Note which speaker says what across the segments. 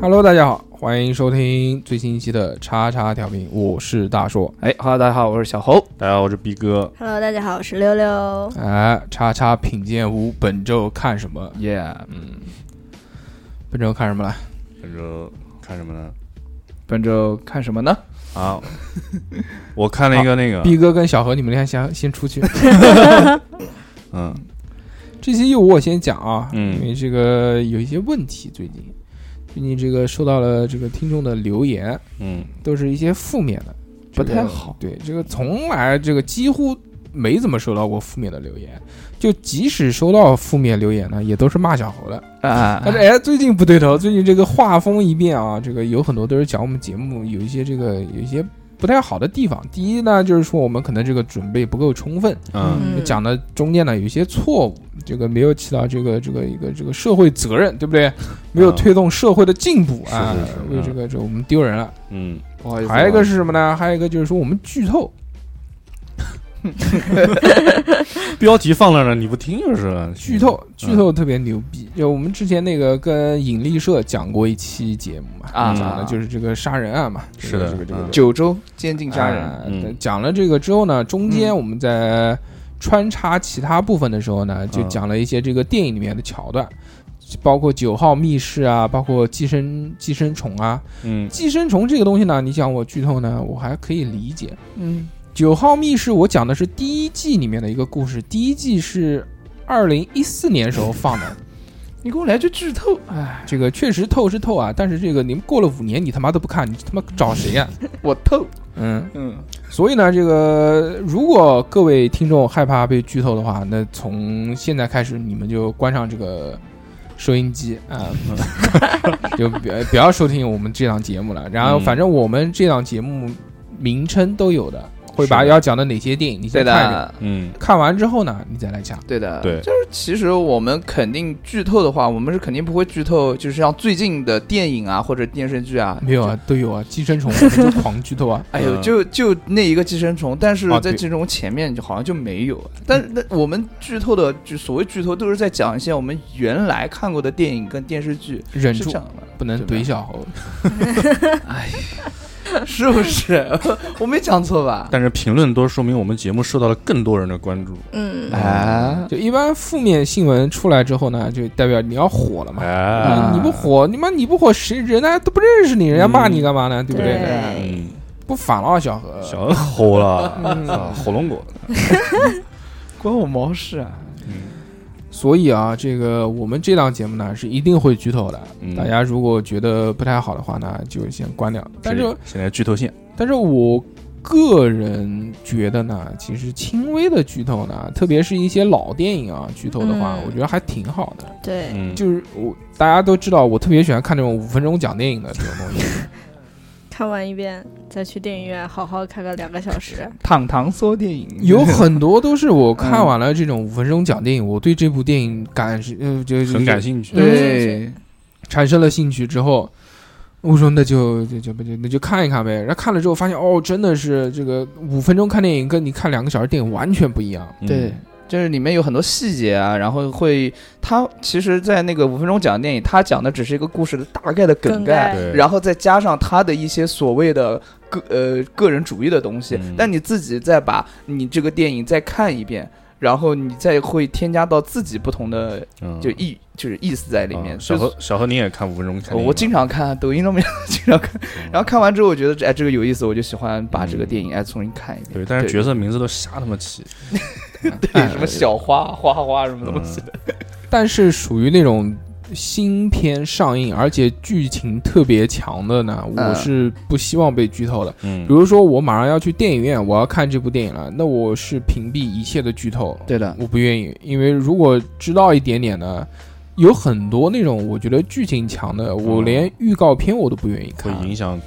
Speaker 1: Hello，大家好，欢迎收听最新一期的叉叉调频，我是大硕。
Speaker 2: 哎哈喽，大家好，我是小侯。
Speaker 3: 大家好，我是逼哥。
Speaker 4: Hello，大家好，我是溜溜。
Speaker 1: 哎，叉叉品鉴屋本周看什么？
Speaker 2: 耶、嗯，
Speaker 1: 本周看什么了？
Speaker 3: 本周看什么呢？
Speaker 2: 本周看什么呢？
Speaker 3: 啊，我看了一个那个，
Speaker 1: 逼哥跟小何，你们俩先先出 去。
Speaker 3: 嗯，
Speaker 1: 这期由我先讲啊，
Speaker 3: 嗯
Speaker 1: 因为这个有一些问题，最近最近这个收到了这个听众的留言，
Speaker 3: 嗯，
Speaker 1: 都是一些负面的，
Speaker 2: 不
Speaker 1: 这个
Speaker 2: 太好。
Speaker 1: 对，这个从来这个几乎没怎么收到过负面的留言，就即使收到负面留言呢，也都是骂小猴的。
Speaker 2: 啊
Speaker 1: 但是哎，最近不对头，最近这个画风一变啊，这个有很多都是讲我们节目有一些这个有一些不太好的地方。第一呢，就是说我们可能这个准备不够充分，
Speaker 3: 嗯，
Speaker 4: 嗯
Speaker 1: 讲的中间呢有一些错误，这个没有起到这个这个一个这个社会责任，对不对？没有推动社会的进步
Speaker 3: 是
Speaker 1: 啊
Speaker 3: 嗯是是，嗯
Speaker 1: 为这个这个我们丢人了。
Speaker 3: 嗯，
Speaker 2: 不好意思，
Speaker 1: 还有一个是什么呢？还有一个就是说我们剧透，
Speaker 3: 标题放那儿了，你不听就是
Speaker 1: 剧透，
Speaker 3: 嗯
Speaker 1: 剧透特别牛逼。就我们之前那个跟引力社讲过一期节目嘛，
Speaker 2: 啊
Speaker 1: 讲的嗯就是这个杀人案嘛，
Speaker 3: 是的
Speaker 1: 这个这个这
Speaker 3: 嗯
Speaker 1: 个
Speaker 2: 九州监禁杀人。
Speaker 1: 呃
Speaker 3: 嗯
Speaker 1: 对讲了这个之后呢，中间我们在穿插其他部分的时候呢，就讲了一些这个电影里面的桥段，包括九号密室啊，包括寄生寄生虫啊。
Speaker 3: 嗯，
Speaker 1: 寄生虫这个东西呢，你讲我剧透呢，我还可以理解。
Speaker 2: 嗯
Speaker 1: 九号密室我讲的是第一季里面的一个故事，第一季是二零一四年时候放的，
Speaker 2: 你给我来句剧透，哎，
Speaker 1: 这个确实透是透啊，但是这个你们过了五年，你他妈都不看，你他妈找谁啊呀、
Speaker 2: 我透。
Speaker 1: 嗯。
Speaker 2: 嗯，
Speaker 1: 所以呢，这个如果各位听众害怕被剧透的话，那从现在开始你们就关上这个收音机啊，就不要不要收听我们这档节目了。然后，
Speaker 3: 嗯
Speaker 1: 反正我们这档节目名称都有的，会把
Speaker 3: 是的
Speaker 1: 要讲的哪些电影你先
Speaker 2: 对
Speaker 1: 看着，
Speaker 2: 的，
Speaker 3: 嗯，
Speaker 1: 看完之后呢，你再来讲。
Speaker 2: 对的，
Speaker 3: 对
Speaker 2: 就是其实我们肯定剧透的话，我们是肯定不会剧透，就是像最近的电影啊或者电视剧啊，
Speaker 1: 没有啊，都有啊，寄生虫我们就狂剧透啊。
Speaker 2: 哎呦，
Speaker 3: 嗯
Speaker 2: 就就那一个寄生虫，但是
Speaker 1: 啊
Speaker 2: 在
Speaker 1: 对
Speaker 2: 寄生虫前面就好像就没有。但是那我们剧透的，就所谓剧透，都是在讲一些我们原来看过的电影跟电视剧，
Speaker 1: 忍
Speaker 2: 是
Speaker 1: 住
Speaker 2: 这，样
Speaker 1: 不能怼小猴。
Speaker 2: 的， 是不是？ 我没讲错吧？
Speaker 3: 但是评论多说明我们节目受到了更多人的关注。
Speaker 4: 嗯，
Speaker 2: 哎，
Speaker 1: 就一般负面新闻出来之后呢，就代表你要火了嘛。
Speaker 3: 哎
Speaker 2: 啊
Speaker 1: 你你不火，你妈你不火，谁人家都不认识你，人家骂你干嘛呢？对不对？
Speaker 4: 对
Speaker 3: 嗯，
Speaker 1: 不反了啊，小何。嗯
Speaker 3: 小吼了，啊火龙果。
Speaker 2: 关我毛事啊！
Speaker 1: 所以啊，这个我们这档节目呢是一定会剧透的。
Speaker 3: 嗯
Speaker 1: 大家如果觉得不太好的话呢，就先关掉。但是，
Speaker 3: 现在剧透线，
Speaker 1: 但是我个人觉得呢，其实轻微的剧透呢，特别是一些老电影啊，剧透的话，
Speaker 4: 嗯
Speaker 1: 我觉得还挺好的。
Speaker 4: 对，
Speaker 3: 嗯，
Speaker 1: 就是我大家都知道，我特别喜欢看这种五分钟讲电影的这种东西。
Speaker 4: 看完一遍再去电影院好好看个两个小时。
Speaker 2: 躺糖说电 影
Speaker 1: 有很多都是我看完了这种五分钟讲电影，我对这部电影感是呃就
Speaker 3: 很感
Speaker 1: 兴，
Speaker 3: 兴趣。
Speaker 2: 对，
Speaker 1: 产生了兴趣之后，我说那就就就不就那就看一看呗。然后看了之后发现哦，真的是这个五分钟看电影跟你看两个小时电影完全不一样。
Speaker 3: 嗯
Speaker 2: 对，，就是里面有很多细节啊，然后会他其实，在那个五分钟讲的电影，他讲的只是一个故事的大概的梗
Speaker 4: 梗概
Speaker 3: 对
Speaker 2: 然后再加上他的一些所谓的个呃个人主义的东西，
Speaker 3: 嗯
Speaker 2: 但你自己再把你这个电影再看一遍。然后你再会添加到自己不同的
Speaker 3: 嗯
Speaker 2: 就意、就是意思在里面。
Speaker 3: 啊
Speaker 2: 所
Speaker 3: 小
Speaker 2: 以
Speaker 3: 何，小何你也看五分钟看电影吗？
Speaker 2: 我经常看抖音上面经常看，
Speaker 3: 嗯
Speaker 2: 然后看完之后我觉得这哎这个有意思，我就喜欢把这个电影哎重新看一遍。
Speaker 3: 对，但是角色名字都瞎他妈起。
Speaker 2: 对什么小花花花花什么东
Speaker 3: 嗯
Speaker 2: 西的，
Speaker 1: 但是属于那种新片上映，而且剧情特别强的呢，我
Speaker 2: 嗯
Speaker 1: 是不希望被剧透的。
Speaker 3: 嗯
Speaker 1: 比，如说我马上要去电影院，我要看这部电影了，那我是屏蔽一切的剧透。
Speaker 2: 对的，
Speaker 1: 我不愿意，因为如果知道一点点呢，有很多那种我觉得剧情强的，我连预告片我都不愿意
Speaker 3: 嗯会
Speaker 1: 看，
Speaker 3: 影响，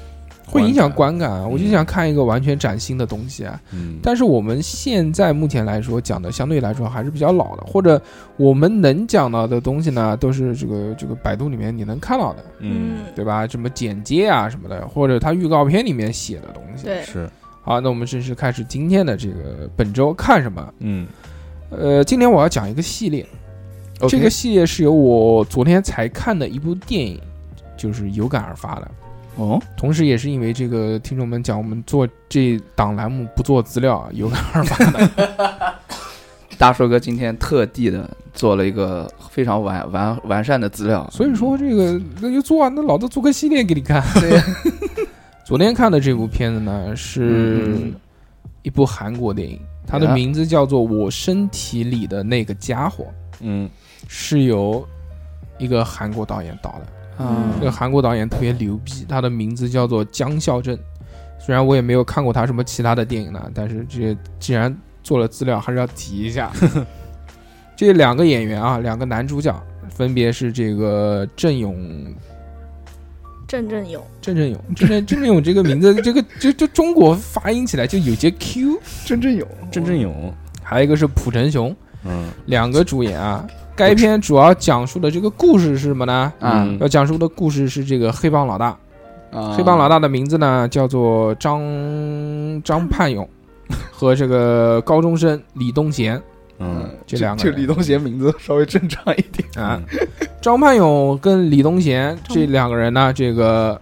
Speaker 1: 会影响观
Speaker 3: 观
Speaker 1: 感啊。我就想看一个完全崭新的东西啊。
Speaker 3: 嗯，
Speaker 1: 但是我们现在目前来说讲的相对来说还是比较老的，或者我们能讲到的东西呢，都是这个这个百度里面你能看到的，
Speaker 3: 嗯，
Speaker 1: 对吧？什么简介啊什么的，或者它预告片里面写的东西。
Speaker 4: 对，
Speaker 3: 是，
Speaker 1: 好，那我们正式开始今天的这个本周看什么？
Speaker 3: 嗯，
Speaker 1: 呃，今天我要讲一个系列。这个系列是由我昨天才看的一部电影，就是有感而发的。
Speaker 2: 哦，
Speaker 1: 同时，也是因为这个听众们讲，我们做这档栏目不做资料，啊有感而发的。
Speaker 2: 大硕哥今天特地的做了一个非常完完完善的资料，
Speaker 1: 所以说这个那就做啊，那老子做个系列给你 看。
Speaker 2: 对，
Speaker 1: 昨天看的这部片子呢，是
Speaker 2: 嗯
Speaker 1: 一部韩国电影，它的
Speaker 2: 啊
Speaker 1: 名字叫做《我身体里的那个家伙》，
Speaker 3: 嗯，
Speaker 1: 是由一个韩国导演导的。
Speaker 2: 嗯
Speaker 1: 这个韩国导演特别牛逼，他的名字叫做姜孝正。虽然我也没有看过他什么其他的电影呢，但是这既然做了资料，还是要提一下。 这两个演员啊，两个男主角分别是这个郑勇、
Speaker 4: 振振有，
Speaker 1: 郑振勇、郑振郑振勇这个名字，这个这这中国发音起来就有些 Q。
Speaker 2: 真正有
Speaker 3: 郑振勇，
Speaker 1: 还有一个是朴成雄，
Speaker 3: 嗯
Speaker 1: 两个主演啊。该片主要讲述的这个故事是什么呢？
Speaker 2: 啊
Speaker 3: 嗯
Speaker 1: 要讲述的故事是这个黑帮老大
Speaker 2: 啊
Speaker 1: 黑帮老大的名字呢叫做张张盼勇，和这个高中生李东贤
Speaker 3: 嗯
Speaker 1: 这两个
Speaker 2: 就
Speaker 1: 人
Speaker 2: 李东贤名字稍微正常一点，
Speaker 1: 啊。张盼勇跟李东贤
Speaker 4: 张
Speaker 1: 这两个人呢，这个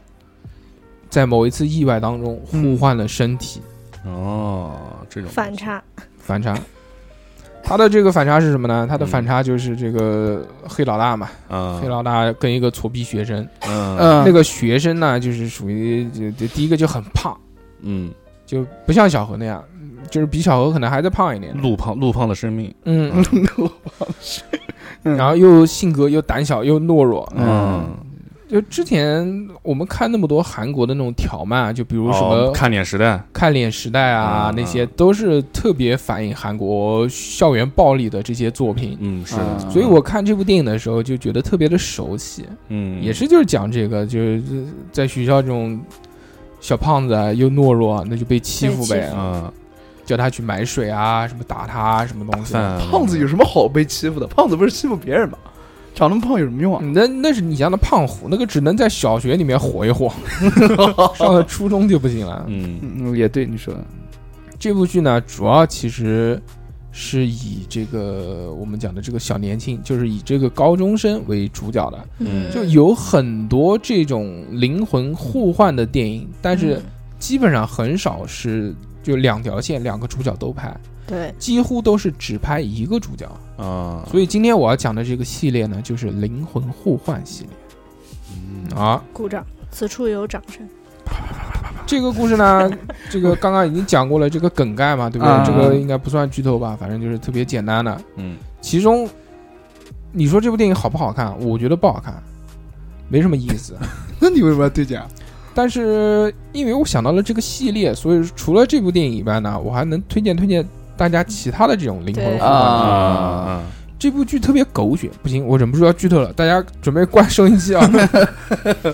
Speaker 1: 在某一次意外当中互换了身体，
Speaker 3: 嗯哦，这种
Speaker 4: 反差，
Speaker 1: 反差。他的这个反差是什么呢？他的反差就是这个黑老大嘛，
Speaker 3: 啊
Speaker 1: 黑，老大跟一个挫逼学生，
Speaker 3: 嗯
Speaker 2: 嗯
Speaker 1: 那个学生呢就是属于就就第一个就很胖，
Speaker 3: 嗯，
Speaker 1: 就不像小何那样，就是比小何可能还再胖一点，
Speaker 3: 路胖路胖的生命，
Speaker 1: 嗯，
Speaker 2: 嗯
Speaker 1: 然后又性格又胆小又懦弱。
Speaker 2: 嗯
Speaker 3: 嗯，
Speaker 1: 就之前我们看那么多韩国的那种条漫啊，就比如什
Speaker 3: 哦
Speaker 1: 么
Speaker 3: 看脸时代，
Speaker 1: 看脸时代啊，
Speaker 3: 嗯
Speaker 1: 那些都是特别反映韩国校园暴力的这些作品。
Speaker 3: 嗯是
Speaker 2: 啊
Speaker 3: 的，
Speaker 1: 所以我看这部电影的时候就觉得特别的熟悉，
Speaker 3: 嗯
Speaker 1: 也是就是讲这个，就是在学校这种小胖子啊又懦弱，那就被欺负
Speaker 4: 被
Speaker 1: 呗
Speaker 4: 欺，
Speaker 3: 啊，
Speaker 1: 叫他去买水啊，什么打他啊，什么东西的。
Speaker 3: 饭
Speaker 2: 胖子有什么好被欺负的？胖子不是欺负别人吗？长那么胖有什么用啊？
Speaker 1: 嗯那那是你家的胖虎，那个只能在小学里面火一 火，上了初中就不行了。
Speaker 3: 嗯
Speaker 2: 嗯，也对，你说的，
Speaker 1: 这部剧呢，主要其实是以这个我们讲的这个小年轻，就是以这个高中生为主角的，
Speaker 3: 嗯
Speaker 1: 就有很多这种灵魂互换的电影，但是
Speaker 4: 嗯
Speaker 1: 基本上很少是就两条线，两个主角都拍，
Speaker 4: 对，
Speaker 1: 几乎都是只拍一个主角。
Speaker 3: 啊，
Speaker 1: 所以今天我要讲的这个系列呢，就是灵魂互换系列
Speaker 3: 嗯
Speaker 1: 啊。
Speaker 4: 鼓掌，此处有掌声。
Speaker 1: 这个故事呢，这个刚刚已经讲过了，这个梗概嘛，对不
Speaker 2: 啊
Speaker 1: 对？这个应该不算剧透吧，反正就是特别简单的。
Speaker 3: 嗯
Speaker 1: 其中，你说这部电影好不好看？我觉得不好看，没什么意思。
Speaker 2: 那你为什么要对讲？
Speaker 1: 但是因为我想到了这个系列，所以除了这部电影以外呢，我还能推荐推荐大家其他的这种灵魂
Speaker 4: 对
Speaker 1: 互换。
Speaker 3: 啊
Speaker 2: 啊
Speaker 3: 啊，
Speaker 1: 这部剧特别狗血，不行，我忍不住要剧透了，大家准备关收音机啊！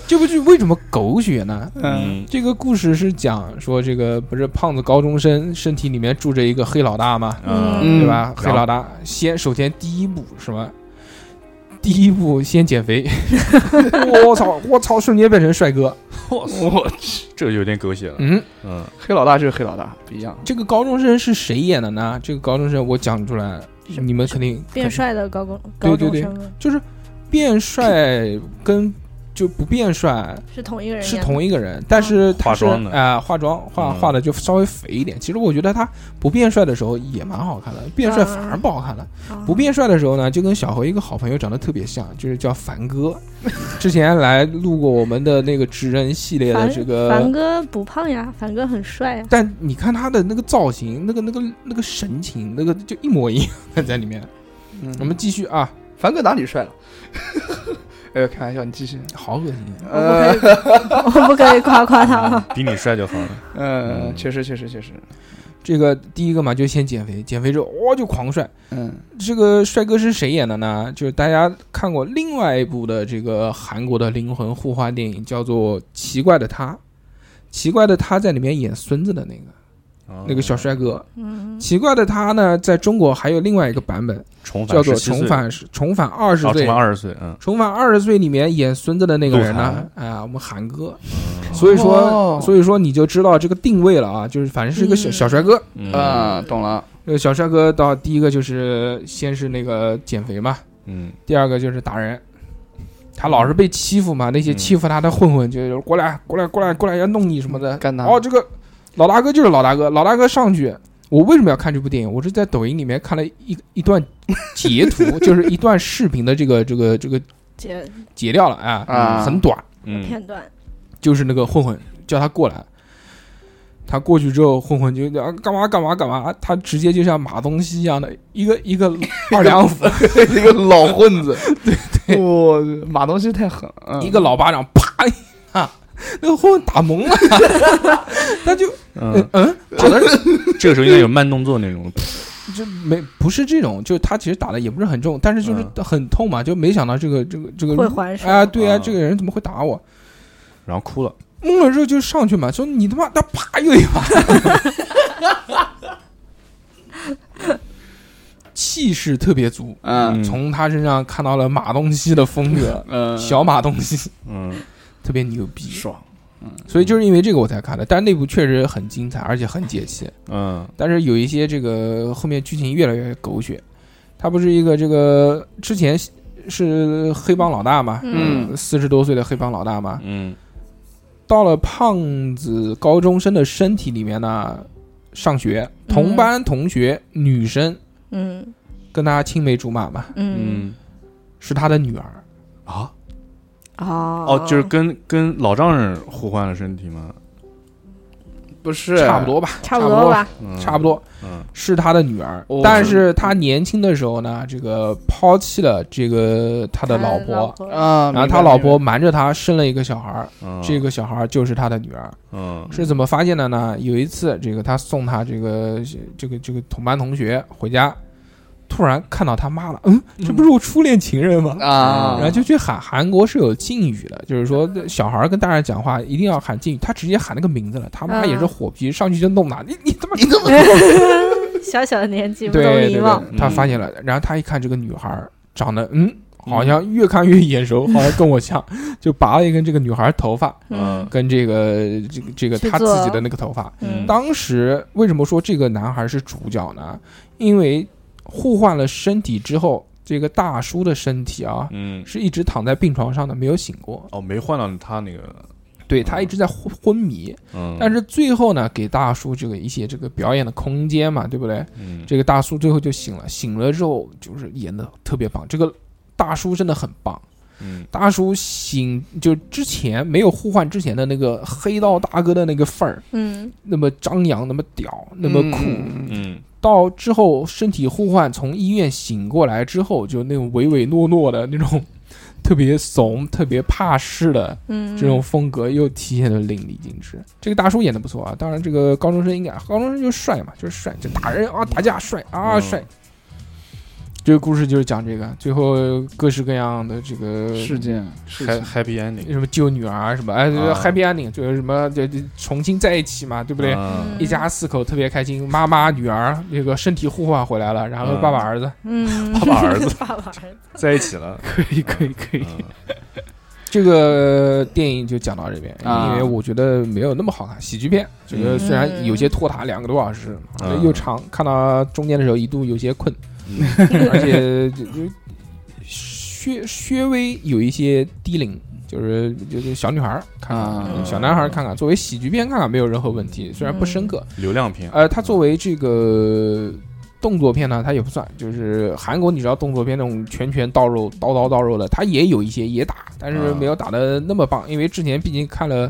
Speaker 1: 这部剧为什么狗血呢？
Speaker 2: 嗯，
Speaker 3: 嗯
Speaker 1: 这个故事是讲说，这个不是胖子高中生身体里面住着一个黑老大嘛，
Speaker 3: 啊
Speaker 2: 嗯
Speaker 1: 对吧？
Speaker 3: 嗯
Speaker 1: 黑老大先首先第一步什么？第一步先减肥， 我操，我操，瞬间变成帅哥。
Speaker 3: 我我去，嗯这个有点狗血了，
Speaker 1: 嗯，
Speaker 3: 嗯
Speaker 2: 黑老大就是黑老大，不一样。
Speaker 1: 这个高中生是谁演的呢？这个高中生我讲出来，
Speaker 4: 是
Speaker 1: 你们肯定
Speaker 4: 变
Speaker 1: 肯
Speaker 4: 帅的高中
Speaker 1: 对
Speaker 4: 高
Speaker 1: 对
Speaker 4: 中
Speaker 1: 对
Speaker 4: 生吗
Speaker 1: 就是变帅跟就不变帅
Speaker 4: 是同一个人嗯
Speaker 1: 是
Speaker 4: 呀
Speaker 1: 同一个人，但是他是
Speaker 3: 化妆的
Speaker 1: 啊、化妆化
Speaker 3: 嗯
Speaker 1: 化的就稍微肥一点。其实我觉得他不变帅的时候也蛮好看的，变帅
Speaker 4: 啊
Speaker 1: 反而不好看了。
Speaker 4: 啊
Speaker 1: 不变帅的时候呢，就跟小何一个好朋友长得特别像，就是叫凡 哥，之前来录过我们的那个职人系列的
Speaker 4: 凡
Speaker 1: 这
Speaker 4: 凡
Speaker 1: 个。
Speaker 4: 哥不胖呀，凡哥很帅啊呀，
Speaker 1: 但你看他的那个造型，那个那个那个神情，那个就一模一样的在里面。我
Speaker 2: 我
Speaker 1: 们
Speaker 2: 们
Speaker 1: 继续啊，
Speaker 2: 凡嗯哥哪里帅了？ 哎呦，开玩笑，你继续。
Speaker 1: 好恶心！啊
Speaker 4: 我不可以，我不可以夸夸 他吗？
Speaker 3: 比你帅就好了，
Speaker 2: 嗯，确实，确实，确实。
Speaker 1: 这个第一个嘛，就先减肥，减肥之后哇就狂帅。
Speaker 2: 嗯，
Speaker 1: 这个帅哥是谁演的呢？就是大家看过另外一部的这个韩国的灵魂互换电影，叫做《奇怪的他》。奇怪的他在里面演孙子的那个
Speaker 3: 哦
Speaker 1: 那
Speaker 3: 啊
Speaker 1: 个小帅哥。
Speaker 4: 嗯，
Speaker 1: 奇怪的他呢，在中国还有另外一个版本，
Speaker 3: 重返
Speaker 1: 叫做《
Speaker 3: 17岁
Speaker 1: 重返重返二十
Speaker 3: 哦
Speaker 1: 岁
Speaker 3: 重》返。二十岁，嗯，
Speaker 1: 重返二十岁里面演孙子的那个人呢？啊，我们韩哥。所以
Speaker 2: 哦
Speaker 1: 说，所以说你就知道这个定位了啊，就是反正是一个小
Speaker 4: 嗯
Speaker 1: 小帅哥。
Speaker 3: 嗯
Speaker 2: 啊，懂了。
Speaker 1: 这个小帅哥到第一个就是先是那个减肥嘛，
Speaker 3: 嗯
Speaker 1: 第二个就是打人，他老是被欺负嘛，那些
Speaker 3: 嗯
Speaker 1: 欺负他的混混就过来过来过来过来要弄你什么的。
Speaker 2: 干他
Speaker 1: 哦，这个老大哥就是老大哥，老大哥上去。我为什么要看这部电影？我是在抖音里面看了一一段截 图，就是一段视频的这个这个这个
Speaker 4: 截
Speaker 1: 截掉了啊，
Speaker 2: 啊
Speaker 1: 很短，
Speaker 3: 嗯，
Speaker 4: 片段，
Speaker 1: 就是那个混混叫他过来，他过去之后，混混就啊干嘛干嘛干嘛，他直接就像马东锡一样的一个一 个二两斧，
Speaker 2: 一个老混子， 对对，我马东锡太狠了，嗯
Speaker 1: 一个老巴掌，啪 啊，那个混混打懵了，他就
Speaker 3: 嗯，
Speaker 1: 嗯，打的
Speaker 3: 这个时候应该有慢动作那种，
Speaker 1: 就没不是这种，就他其实打的也不是很重，但是就是很痛嘛，就没想到这个这个这个
Speaker 4: 会还手
Speaker 1: 啊，对啊，
Speaker 3: 啊
Speaker 1: 这个人怎么会打我？
Speaker 3: 然后哭了，
Speaker 1: 懵了之后就上去嘛，说你他妈他啪又一把， 气势特别足。
Speaker 2: 嗯
Speaker 3: 嗯
Speaker 1: 从他身上看到了马东锡的风格，
Speaker 2: 嗯，
Speaker 1: 小马东锡
Speaker 3: 嗯，
Speaker 1: 特别牛逼，
Speaker 2: 爽，
Speaker 1: 所以就是因为这个我才看的。但是那部确实很精彩，而且很解气。
Speaker 3: 嗯，
Speaker 1: 但是有一些这个后面剧情越来越狗血。他不是一个这个之前是黑帮老大嘛，呃
Speaker 4: 嗯
Speaker 1: 四十多岁的黑帮老大嘛，
Speaker 3: 嗯，
Speaker 1: 到了胖子高中生的身体里面呢，上学，同班同学、女生
Speaker 4: 嗯
Speaker 1: 跟他青梅竹马嘛，
Speaker 4: 嗯
Speaker 3: 嗯，
Speaker 1: 是他的女儿，
Speaker 3: 啊，
Speaker 4: 哦
Speaker 3: 哦，就是跟跟老丈人互换了身体吗？
Speaker 2: 不是
Speaker 1: 差不，多吧，
Speaker 4: 差
Speaker 1: 不
Speaker 4: 不
Speaker 1: 多
Speaker 4: 多，吧，
Speaker 3: 嗯
Speaker 1: 差不，多
Speaker 3: 嗯，
Speaker 1: 是他的女儿
Speaker 2: 哦。
Speaker 1: 但是他年轻的时候呢，这个抛弃了这个他
Speaker 4: 他
Speaker 1: 的老婆，
Speaker 4: 婆
Speaker 2: 啊，
Speaker 1: 然后
Speaker 2: 明白
Speaker 1: 他老婆，瞒着他生了一个小孩儿，
Speaker 3: 嗯
Speaker 1: 这，个小孩儿就是他的女儿。
Speaker 3: 嗯
Speaker 1: 是怎么发现的呢？有一次，这个他送他这个这个这个同班同学回家，突然看到他妈了，嗯，这不是我初恋情人吗
Speaker 2: 明白？啊，
Speaker 1: 然后就去喊，韩国是有敬语的，就是说小孩跟大人讲话一定要喊敬语，他直接喊那个名字了，他妈
Speaker 4: 嗯
Speaker 1: 也是火皮，上去就弄他，你你他妈
Speaker 2: 你怎么
Speaker 4: 小小的年纪不
Speaker 1: 对
Speaker 4: 懂
Speaker 1: 对
Speaker 4: 礼貌，
Speaker 1: 对，他发现
Speaker 2: 嗯
Speaker 1: 了，然后他一看这个女孩儿长得嗯，好像越看越眼熟，好像跟我像，就拔了一根这个女孩儿头发，
Speaker 3: 嗯
Speaker 1: 跟这个这个这个
Speaker 4: 去
Speaker 1: 他
Speaker 4: 做
Speaker 1: 自己的那个头发，
Speaker 4: 嗯，
Speaker 1: 当时为什么说这个男孩是主角呢？因为互换了身体之后，这个大叔的身体啊，
Speaker 3: 嗯，
Speaker 1: 是一直躺在病床上的，没有醒过。
Speaker 3: 哦，没换到他那个，
Speaker 1: 对他一直在昏昏迷，
Speaker 3: 嗯，
Speaker 1: 但是最后呢，给大叔这个一些这个表演的空间嘛，对不对？
Speaker 3: 嗯，
Speaker 1: 这个大叔最后就醒了，醒了之后就是演的特别棒，这个大叔真的很棒。
Speaker 3: 嗯
Speaker 1: 大叔醒就之前没有互换之前的那个黑道大哥的那个范儿，
Speaker 4: 嗯
Speaker 1: 那么张扬，那么屌，那么酷，
Speaker 3: 嗯
Speaker 1: 到之后身体互换，从医院醒过来之后，就那种唯唯诺诺的那种，特别怂、特别怕事的
Speaker 4: 嗯，
Speaker 1: 这种风格，又体现的淋漓尽致。这个大叔演的不错啊，当然这个高中生应该，高中生就帅嘛，就是帅，就打人啊，打架帅啊，
Speaker 3: 嗯
Speaker 1: 帅。这个故事就是讲这个，最后各式各样的这个
Speaker 2: 事件事
Speaker 3: ，Happy
Speaker 2: 情
Speaker 3: Happy Ending，
Speaker 1: 什么救女儿啊什么，哎、
Speaker 3: 啊
Speaker 1: h a p p y ending 就是什么，就就重新在一起嘛，对
Speaker 3: 对
Speaker 1: 不对？
Speaker 4: 嗯
Speaker 1: 一家四口特别开心，妈妈、女儿那个身体互换回来了，然后爸爸、儿子，
Speaker 4: 嗯，
Speaker 3: 爸爸儿子
Speaker 4: 爸爸儿子，
Speaker 3: 在一起 了，
Speaker 2: 可以可以 可以，
Speaker 3: 嗯
Speaker 1: 这个电影就讲到这边，
Speaker 2: 啊
Speaker 1: 因为我觉得没有那么好看，喜剧片。这个
Speaker 3: 嗯
Speaker 1: 虽然有些拖沓，两个多小时，
Speaker 3: 嗯
Speaker 1: 妈的又长，看到中间的时候一度有些困，
Speaker 3: 嗯
Speaker 1: 而且就就薛薛微有一些低龄。就是就是小女孩儿看看，
Speaker 2: 啊
Speaker 1: 小男孩儿看看，作为喜剧片看看没有任何问题，虽然不深刻，
Speaker 3: 流量片，
Speaker 1: 呃，它作为这个动作片呢，它也不算，就是韩国你知道动作片那种拳拳到肉、刀刀到肉的，它也有一些也打，但
Speaker 2: 啊
Speaker 1: 是没有打的那么棒，因为之前毕竟看了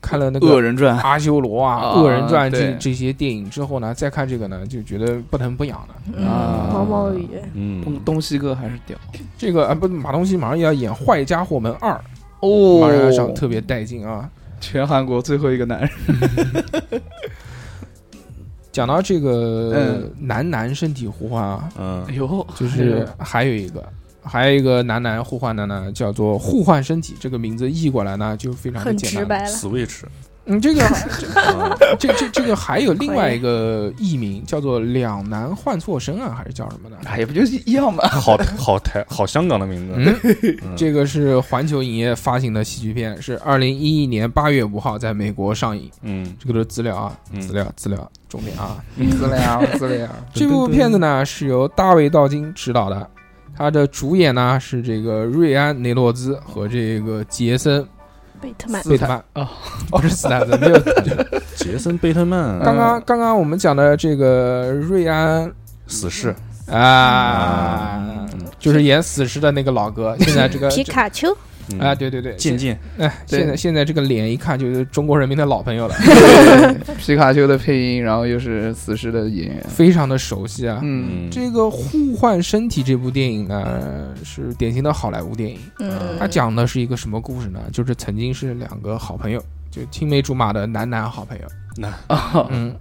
Speaker 1: 看了那
Speaker 2: 恶
Speaker 1: 个。
Speaker 2: 人传
Speaker 1: 阿修罗啊，
Speaker 2: 啊
Speaker 1: 恶人传这
Speaker 2: 对
Speaker 1: 这些电影之后呢，再看这个呢，就觉得不疼不痒的。
Speaker 4: 嗯，
Speaker 2: 啊
Speaker 4: 毛毛雨，
Speaker 2: 东
Speaker 3: 嗯，
Speaker 2: 东西哥还是屌
Speaker 1: 这个啊，不，马东锡马上要演《坏家伙们二》，
Speaker 2: 哦
Speaker 1: 马上要上，特别带劲啊！
Speaker 2: 全韩国最后一个男人，
Speaker 1: 讲到这个
Speaker 2: 嗯
Speaker 1: 男男身体互换啊，
Speaker 3: 嗯
Speaker 2: 哎呦，
Speaker 1: 就是还有一个，还有一个男男互换的呢，叫做互换身体。这个名字译过来呢，就非常的
Speaker 4: 很
Speaker 1: 简
Speaker 4: 直
Speaker 1: 单。
Speaker 4: 白了，
Speaker 3: ，Switch，
Speaker 1: 嗯，这个
Speaker 3: 嗯
Speaker 1: 这这 这个还有另外一个译名叫做两男换错身啊，还是叫什么的？
Speaker 2: 哎也不就是一样嘛，
Speaker 3: 好好台好香港的名字，
Speaker 1: 嗯，
Speaker 3: 嗯
Speaker 1: 这个是环球影业发行的喜剧片，是二零一一年八月五号在美国上映。
Speaker 3: 嗯
Speaker 1: 这个都是资料啊，
Speaker 3: 嗯
Speaker 1: 资料资料，重点啊！
Speaker 2: 资料资料
Speaker 1: 这部片子呢是由大卫·道金执导的，它的主演呢是这个瑞安·雷诺兹和这个杰森
Speaker 4: 贝特曼
Speaker 1: ·贝特曼
Speaker 2: 哦，
Speaker 1: 哦是斯坦森，没有。
Speaker 3: 杰森·贝特曼
Speaker 1: 刚刚
Speaker 2: 嗯
Speaker 1: 刚刚我们讲的这个瑞安
Speaker 3: 死侍，
Speaker 2: 嗯
Speaker 1: 啊，就是演死尸的那个老哥，现在这个
Speaker 4: 皮卡丘，
Speaker 3: 嗯
Speaker 1: 啊，，对对对，
Speaker 3: 渐渐
Speaker 1: 哎，
Speaker 2: 对
Speaker 1: 现在现在这个脸一看就是中国人民的老朋友了，
Speaker 2: 皮卡丘的配音，然后又是死侍的演员，
Speaker 1: 非常的熟悉啊。
Speaker 2: 嗯，
Speaker 3: 嗯，
Speaker 1: 这个《互换身体》这部电影呢，是典型的好莱坞电影。
Speaker 4: 嗯，
Speaker 1: 它讲的是一个什么故事呢？就是曾经是两个好朋友，就青梅竹马的男男好朋友。
Speaker 3: 那
Speaker 2: 哦
Speaker 1: 嗯，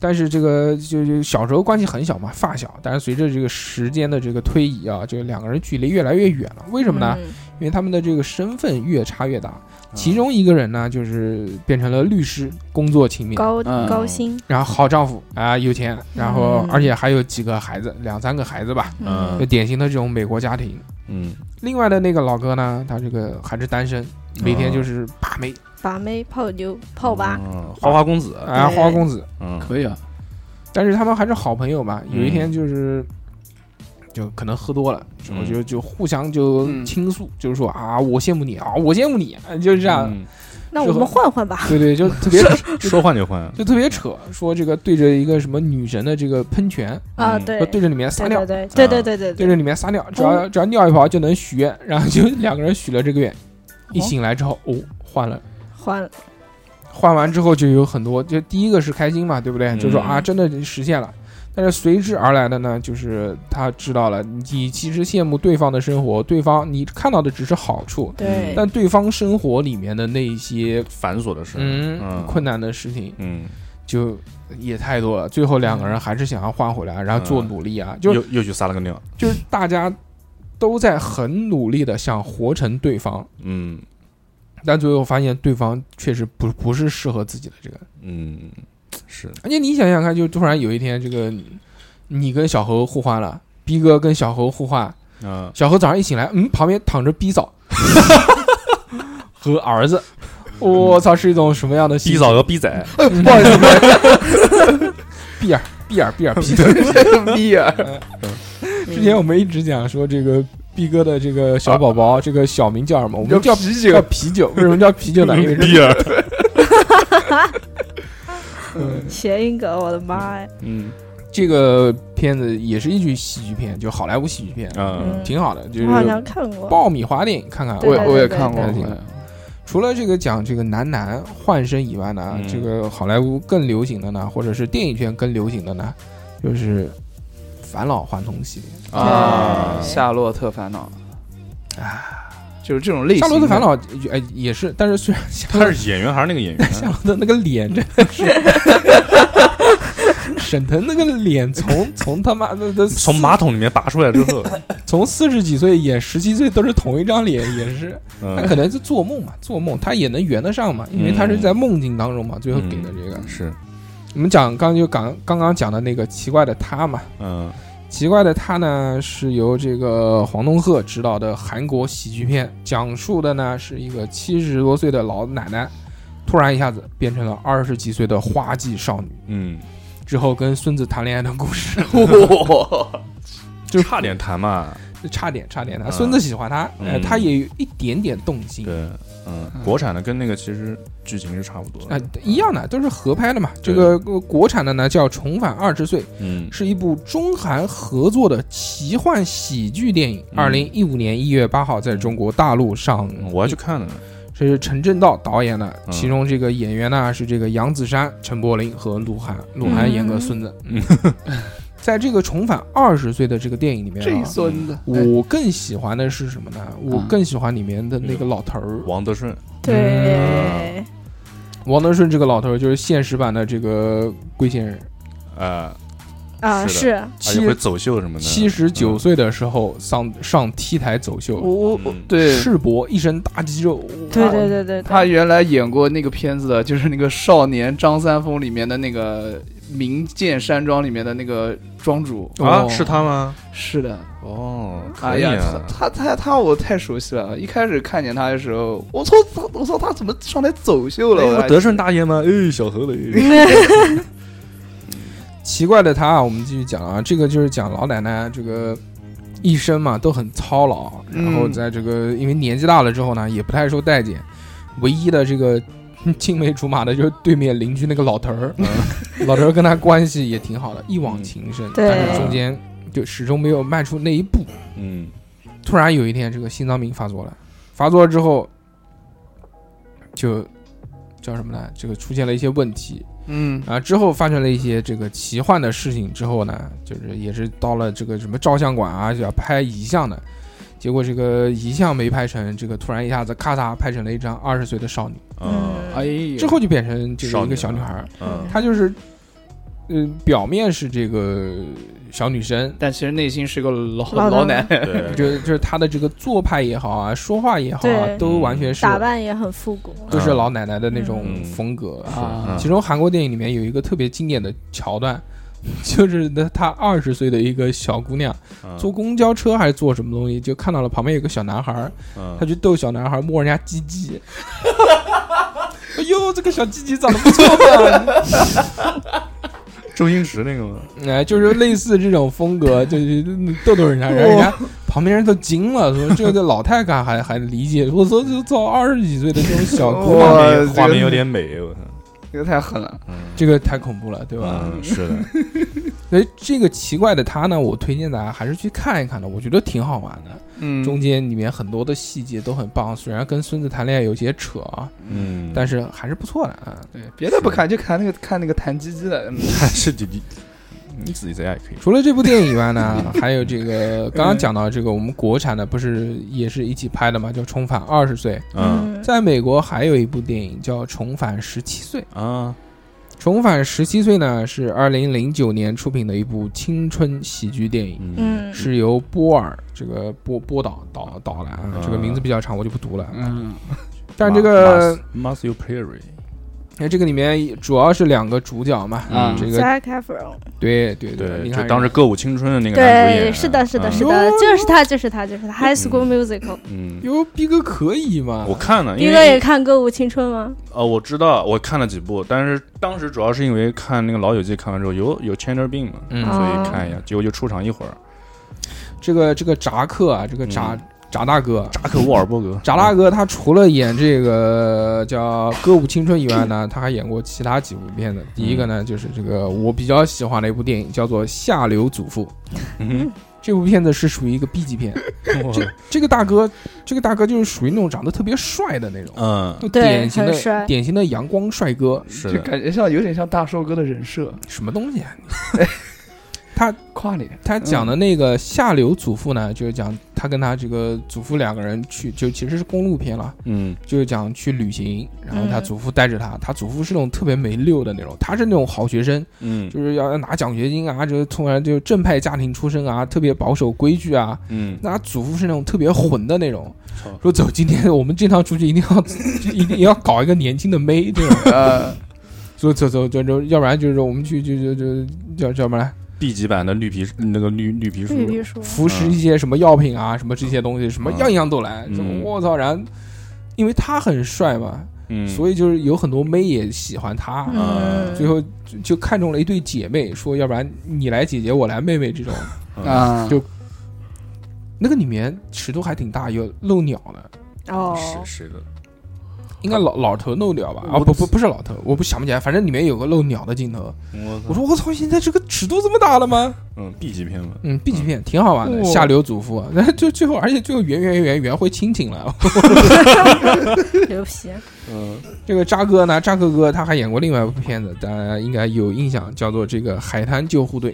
Speaker 1: 但是这个就就小时候关系很小嘛，发小。但是随着这个时间的这个推移啊，就两个人距离越来越远了。为什么呢？
Speaker 4: 嗯？
Speaker 1: 因为他们的这个身份越差越大。
Speaker 3: 嗯
Speaker 1: 其中一个人呢，就是变成了律师，工作勤勉，
Speaker 4: 高
Speaker 2: 嗯
Speaker 4: 高薪，
Speaker 1: 然后好丈夫啊、有钱，然后
Speaker 4: 嗯
Speaker 1: 而且还有几个孩子，两三个孩子吧，
Speaker 3: 嗯
Speaker 1: 就典型的这种美国家庭。
Speaker 3: 嗯，
Speaker 1: 另外的那个老哥呢，他这个还是单身，每天就是把妹
Speaker 4: 把妹泡妞泡吧，
Speaker 3: 嗯，花花公子，
Speaker 1: 啊，
Speaker 4: 对
Speaker 1: 花花公子。
Speaker 3: 嗯，
Speaker 2: 可以啊，
Speaker 1: 但是他们还是好朋友嘛。有一
Speaker 3: 嗯
Speaker 1: 天就是，就可能喝多了，然后
Speaker 3: 嗯
Speaker 1: 就就互相就
Speaker 2: 嗯
Speaker 1: 倾诉，就是说啊，我羡慕你啊，我羡慕你，就是这样。
Speaker 3: 嗯，
Speaker 4: 那我们换换吧。
Speaker 1: 对对，就特别
Speaker 3: 说换就换，
Speaker 1: 就特别扯，说这个对着一个什么女神的这个喷泉，
Speaker 4: 啊，
Speaker 3: 嗯
Speaker 4: 对
Speaker 1: 说，对着里面撒
Speaker 4: 对
Speaker 1: 尿
Speaker 4: 对，对对对对对哦
Speaker 1: 对着里面撒尿，只要只要尿一泡就能许愿，然后就两个人许了这个愿。一醒来之后，哦，换了。
Speaker 4: 换了，
Speaker 1: 换完之后就有很多，就第一个是开心嘛，对不对？
Speaker 3: 嗯
Speaker 1: 就说啊，真的实现了。但是随之而来的呢，就是他知道了，你其实羡慕对方的生活，对方你看到的只是好处，
Speaker 4: 对，
Speaker 1: 嗯但对方生活里面的那一些
Speaker 3: 繁琐的事，
Speaker 1: 嗯
Speaker 3: 嗯
Speaker 1: 困难的事情
Speaker 3: 嗯，
Speaker 1: 就也太多了。最后两个人还是想要换回来，然后做
Speaker 3: 嗯
Speaker 1: 努力啊，就
Speaker 3: 又又去撒了个尿，
Speaker 1: 就是大家都在很努力的想活成对方，
Speaker 3: 嗯
Speaker 1: 但最后发现对方确实不不是适合自己的这个
Speaker 3: 嗯，是，
Speaker 1: 而且你想想看，就突然有一天，这个你你跟小猴互换了，逼哥跟小猴互换，
Speaker 3: 啊，
Speaker 1: 小猴早上一醒来，嗯，旁边躺着逼嫂和儿子，我、操，是一种什么样的心
Speaker 3: 逼
Speaker 1: 情
Speaker 3: 嫂和逼仔，
Speaker 2: 哎不好意思，不好意
Speaker 1: 逼儿逼儿逼儿逼
Speaker 2: 思，逼啊，
Speaker 1: 之前我们一直讲说这个逼哥的这个小宝宝，这个小名叫什么？我们叫
Speaker 2: 啤
Speaker 1: 叫，啤酒，为什么叫啤酒呢？ 因为是
Speaker 3: 逼儿，
Speaker 4: 嗯谐音梗，我的妈呀！
Speaker 3: 嗯
Speaker 1: 这个片子也是一句喜剧片，就好莱坞喜剧片，
Speaker 3: 啊，
Speaker 4: 嗯
Speaker 1: 挺好的，就
Speaker 4: 我好
Speaker 1: 是
Speaker 4: 像看过，
Speaker 1: 爆米花电影，看看。
Speaker 2: 我
Speaker 4: 对
Speaker 2: 也
Speaker 4: 对
Speaker 2: 我也看过
Speaker 1: 对，对除了这个讲这个男男换身以外呢，
Speaker 3: 嗯
Speaker 1: 这个好莱坞更流行的呢，或者是电影圈更流行的呢，就是返老还童系列。
Speaker 2: 啊，《
Speaker 4: 对
Speaker 2: 夏洛特烦恼》啊，就是这种类
Speaker 1: 夏
Speaker 2: 型。
Speaker 1: 洛特烦，恼，哎，也是，但是虽然夏洛
Speaker 3: 他是演员还是那个演员？啊
Speaker 1: 夏洛特那个脸真的是，沈腾那个脸从从他妈的的
Speaker 3: 从马桶里面拔出来之后，
Speaker 1: 从四十几岁演十七岁都是同一张脸，也是他可
Speaker 3: 嗯，
Speaker 1: 能是做梦嘛，做梦他也能圆得上嘛，因为他是在梦境当中嘛，最后给的这个。
Speaker 3: 是，
Speaker 1: 我们讲刚就刚刚刚讲的那个奇怪的他嘛，
Speaker 3: 嗯
Speaker 1: 奇怪的他呢，是由这个黄东赫执导的韩国喜剧片，讲述的呢是一个七十多岁的老奶奶，突然一下子变成了二十几岁的花季少女，
Speaker 3: 嗯，
Speaker 1: 之后跟孙子谈恋爱的故事。
Speaker 2: 哇，
Speaker 3: 就差点谈嘛，
Speaker 1: 差点，差点的，
Speaker 3: 嗯
Speaker 1: 孙子喜欢她，呃，
Speaker 3: 嗯
Speaker 1: 她也有一点点动心。
Speaker 3: 对，嗯，国产的跟那个其实剧情是差不多
Speaker 1: 啊
Speaker 3: 的，，
Speaker 1: 一样的，都是合拍的嘛。这
Speaker 3: 对
Speaker 1: 个呃国产的呢叫《重返二十岁》，
Speaker 3: 嗯
Speaker 1: 是一部中韩合作的奇幻喜剧电影。二
Speaker 3: 嗯
Speaker 1: 零一五年一月八号在中国大陆上映，
Speaker 3: 我还去看了呢，
Speaker 1: 这是陈正道导演的，
Speaker 3: 嗯
Speaker 1: 其中这个演员呢是这个杨子姗、陈柏霖和鹿晗，鹿晗演个孙子。嗯， 在这个重返二十岁的这个电影里面、
Speaker 2: 这
Speaker 1: 啊，
Speaker 2: 孙子，哎
Speaker 1: 我更喜欢的是什么呢？
Speaker 3: 嗯
Speaker 1: 我更喜欢里面的那个老头儿，
Speaker 3: 王德顺，
Speaker 1: 嗯
Speaker 4: 对，
Speaker 1: 王德顺这个老头儿就是现实版的这个龟仙人。
Speaker 3: 呃，
Speaker 4: 啊，
Speaker 3: 是
Speaker 4: 是
Speaker 3: 而哎且会走秀什么的，嗯
Speaker 1: 七十九岁的时候上上 T 台走秀，
Speaker 2: 我我
Speaker 3: 嗯
Speaker 2: 对，
Speaker 1: 世博一身大肌肉，
Speaker 4: 对
Speaker 1: 哇
Speaker 4: 对对对，对
Speaker 2: 他原来演过那个片子的，就是那个《少年张三丰》里面的那个名剑山庄里面的那个庄主。
Speaker 3: 啊，
Speaker 1: 哦
Speaker 3: 是他吗？
Speaker 2: 是的，
Speaker 3: 哦，可
Speaker 2: 哎
Speaker 3: 以
Speaker 2: 呀，
Speaker 3: 啊，
Speaker 2: 他他他他我太熟悉了。一开始看见他的时候，我操，他我操，他怎么上来走秀了？我
Speaker 3: 哎
Speaker 2: 还
Speaker 3: 德顺大爷吗？哎，小何雷，
Speaker 1: 奇怪的他，啊，我们继续讲啊，这个就是讲老奶奶这个一生嘛都很操劳，然后
Speaker 2: 嗯
Speaker 1: 在这个因为年纪大了之后呢，也不太受待见，唯一的这个青梅竹马的就是对面邻居那个老头 儿，嗯老头儿跟他关系也挺好的，一往情深，
Speaker 4: 对
Speaker 1: 但是中间就始终没有迈出那一步。
Speaker 3: 嗯，
Speaker 1: 突然有一天，这个心脏病发作了，发作了之后就叫什么呢？这个出现了一些问题，
Speaker 2: 嗯
Speaker 1: 啊，之后发生了一些这个奇幻的事情之后呢，就是也是到了这个什么照相馆啊，就要拍遗像的，结果这个遗像没拍成，这个突然一下子咔嚓拍成了一张二十岁的少女，
Speaker 3: 啊，
Speaker 2: 哎呀，
Speaker 1: 之后就变成这
Speaker 3: 少
Speaker 1: 个
Speaker 3: 女
Speaker 1: 一个
Speaker 3: 了
Speaker 1: 小女孩儿，
Speaker 3: 嗯，
Speaker 1: 她就是，呃，表面是这个小女生，
Speaker 2: 但其实内心是个老
Speaker 4: 老
Speaker 2: 老
Speaker 4: 奶
Speaker 2: 奶奶，
Speaker 4: 奶
Speaker 3: 对，
Speaker 1: 就就是她的这个做派也好啊，说话也好啊
Speaker 4: 对，
Speaker 1: 都完全是
Speaker 4: 打扮也很复古。
Speaker 1: 都是老奶奶的那种
Speaker 3: 嗯
Speaker 1: 风格
Speaker 2: 是啊
Speaker 1: 其中韩国电影里面有一个特别经典的桥段， 就是呢，她二十岁的一个小姑娘坐
Speaker 3: 做
Speaker 1: 公交车还是坐什么东西，就看到了旁边有个小男孩儿，
Speaker 3: 啊
Speaker 1: 她去逗小男孩儿摸人家鸡鸡。 哎呦，这个小鸡鸡长得不错 嘛！
Speaker 3: 周星驰那个吗？
Speaker 1: 哎，就是类似这种风格，就是逗逗人家，然后人家旁边人都惊了，说这个老太太还还理解，我说这操二十几岁的这种小姑
Speaker 2: 哇
Speaker 1: 娘，
Speaker 3: 画面
Speaker 2: 这个
Speaker 3: 画面有点美，我操，
Speaker 2: 这个太狠了。
Speaker 1: 这个太恐怖了，对吧？
Speaker 3: 嗯，是的，
Speaker 1: 所以这个奇怪的他呢，我推荐大家还是去看一看的，我觉得挺好玩的。
Speaker 2: 嗯
Speaker 1: 中间里面很多的细节都很棒，虽然跟孙子谈恋爱有些扯啊，
Speaker 3: 嗯，
Speaker 1: 但是还是不错的啊。
Speaker 2: 对别的不看，就看那个看那个弹鸡鸡的，嗯
Speaker 3: 但是你你你自己在家也可以
Speaker 1: 除了这部电影以外呢，还有这个刚刚讲到这个我们国产的，不是也是一起拍的嘛，叫《重返二十岁》。
Speaker 3: 嗯
Speaker 1: 在美国还有一部电影叫《重返十七岁》，
Speaker 3: 啊，
Speaker 1: 《重返十七岁》呢是二零零九年出品的一部青春喜剧电影。
Speaker 3: 嗯
Speaker 4: 嗯，
Speaker 1: 是由波尔这个波波导导导的啊，这个名字比较长，我就不读了。
Speaker 2: 嗯
Speaker 1: 但这个
Speaker 3: Matthew Perry，
Speaker 1: 哎这个里面主要是两个主角嘛，
Speaker 2: 嗯
Speaker 1: 这个
Speaker 4: Zac Efron，
Speaker 1: 对对
Speaker 3: 对，
Speaker 1: 你
Speaker 3: 就
Speaker 1: 看
Speaker 3: 当时歌舞青春的那个男主
Speaker 4: 对，
Speaker 3: 演，
Speaker 4: 是的，是的，
Speaker 3: 嗯
Speaker 4: 是的，就是他，就是他，就是他。High School
Speaker 3: 嗯
Speaker 4: Musical，
Speaker 3: 嗯，
Speaker 1: 哟逼哥可以嘛？
Speaker 3: 我看了，
Speaker 4: 斌
Speaker 3: 因
Speaker 4: 哥也
Speaker 3: 为
Speaker 4: 看《歌舞青春》吗？
Speaker 3: 呃，我知道，我看了几部，但是当时主要是因为看那个《老友记》，看完之后有有 Chandler Bing 嘛，
Speaker 1: 嗯，
Speaker 4: 啊
Speaker 3: 所以看一下，结果就出场一会儿，
Speaker 1: 这个这个扎克啊，这个扎
Speaker 3: 嗯
Speaker 1: 扎大哥，
Speaker 3: 扎克沃尔伯格，
Speaker 1: 扎大哥他除了演这个叫《歌舞青春》以外呢，他还演过其他几部片子。第一个
Speaker 3: 嗯
Speaker 1: 呢，就是这个我比较喜欢的一部电影，叫做《下流祖父》。
Speaker 3: 嗯，
Speaker 1: 这部片子是属于一个 B 级片，
Speaker 3: 我
Speaker 1: 这这个大哥，这个大哥就是属于那种长得特别帅的那种，
Speaker 3: 嗯，
Speaker 1: 就
Speaker 4: 对
Speaker 1: 典型
Speaker 4: 很帅
Speaker 1: 的典型的阳光帅哥，
Speaker 3: 是
Speaker 2: 就
Speaker 3: 的，
Speaker 2: 感觉像有点像大寿哥的人设，
Speaker 1: 什么东西啊？
Speaker 2: 跨脸。
Speaker 1: 他
Speaker 4: 嗯
Speaker 1: 讲的那个下流祖父呢，就是讲他跟他这个祖父两个人去，就其实是公路片了，
Speaker 3: 嗯
Speaker 1: 就是讲去旅行，然后他
Speaker 4: 嗯
Speaker 1: 祖父带着他，他祖父是那种特别没溜的那种，他是那种好学生，
Speaker 3: 嗯
Speaker 1: 就是要拿奖学金啊，就是从然就正派家庭出身啊，特别保守规矩啊，
Speaker 3: 嗯，
Speaker 1: 那祖父是那种特别混的那种
Speaker 3: 操，
Speaker 1: 说走，今天我们这趟出去一定要 就一定要搞一个年轻的妹 这种，
Speaker 2: 呃，
Speaker 1: 说走走走走，要不然就是我们去就就就叫叫什么来，
Speaker 3: B 级版的绿皮那个绿绿皮书，
Speaker 4: 绿皮书，
Speaker 1: 服食一些什么药品啊，什么这些东西，什么
Speaker 3: 嗯
Speaker 1: 样样都来，
Speaker 3: 嗯
Speaker 1: 怎么我操，然后。因为他很帅嘛，
Speaker 3: 嗯，
Speaker 1: 所以就是有很多妹也喜欢他，
Speaker 3: 啊
Speaker 4: 嗯，
Speaker 1: 最后就就看中了一对姐妹，说要不然你来姐姐，我来妹妹这种。
Speaker 3: 嗯
Speaker 2: 啊，
Speaker 1: 就那个里面尺度还挺大，有露鸟的，
Speaker 4: 哦，
Speaker 3: 是是的，
Speaker 1: 应该老老头漏鸟吧？啊，
Speaker 3: 我
Speaker 1: 不不不是老头，我不想不起来，反正里面有个漏鸟的镜头。
Speaker 3: 我
Speaker 1: 我说我操，现在这个尺度这么大了吗？
Speaker 3: 嗯 B 级片嘛，
Speaker 1: 嗯，B 级片挺好玩的，
Speaker 2: 哦
Speaker 1: 下流祖父，然后 就最后而且最后圆圆圆圆会亲亲了。
Speaker 4: 牛皮，
Speaker 3: 嗯
Speaker 1: 这个渣哥呢，渣哥哥他还演过另外一部片子，大家应该有印象，叫做这个《海滩救护队》，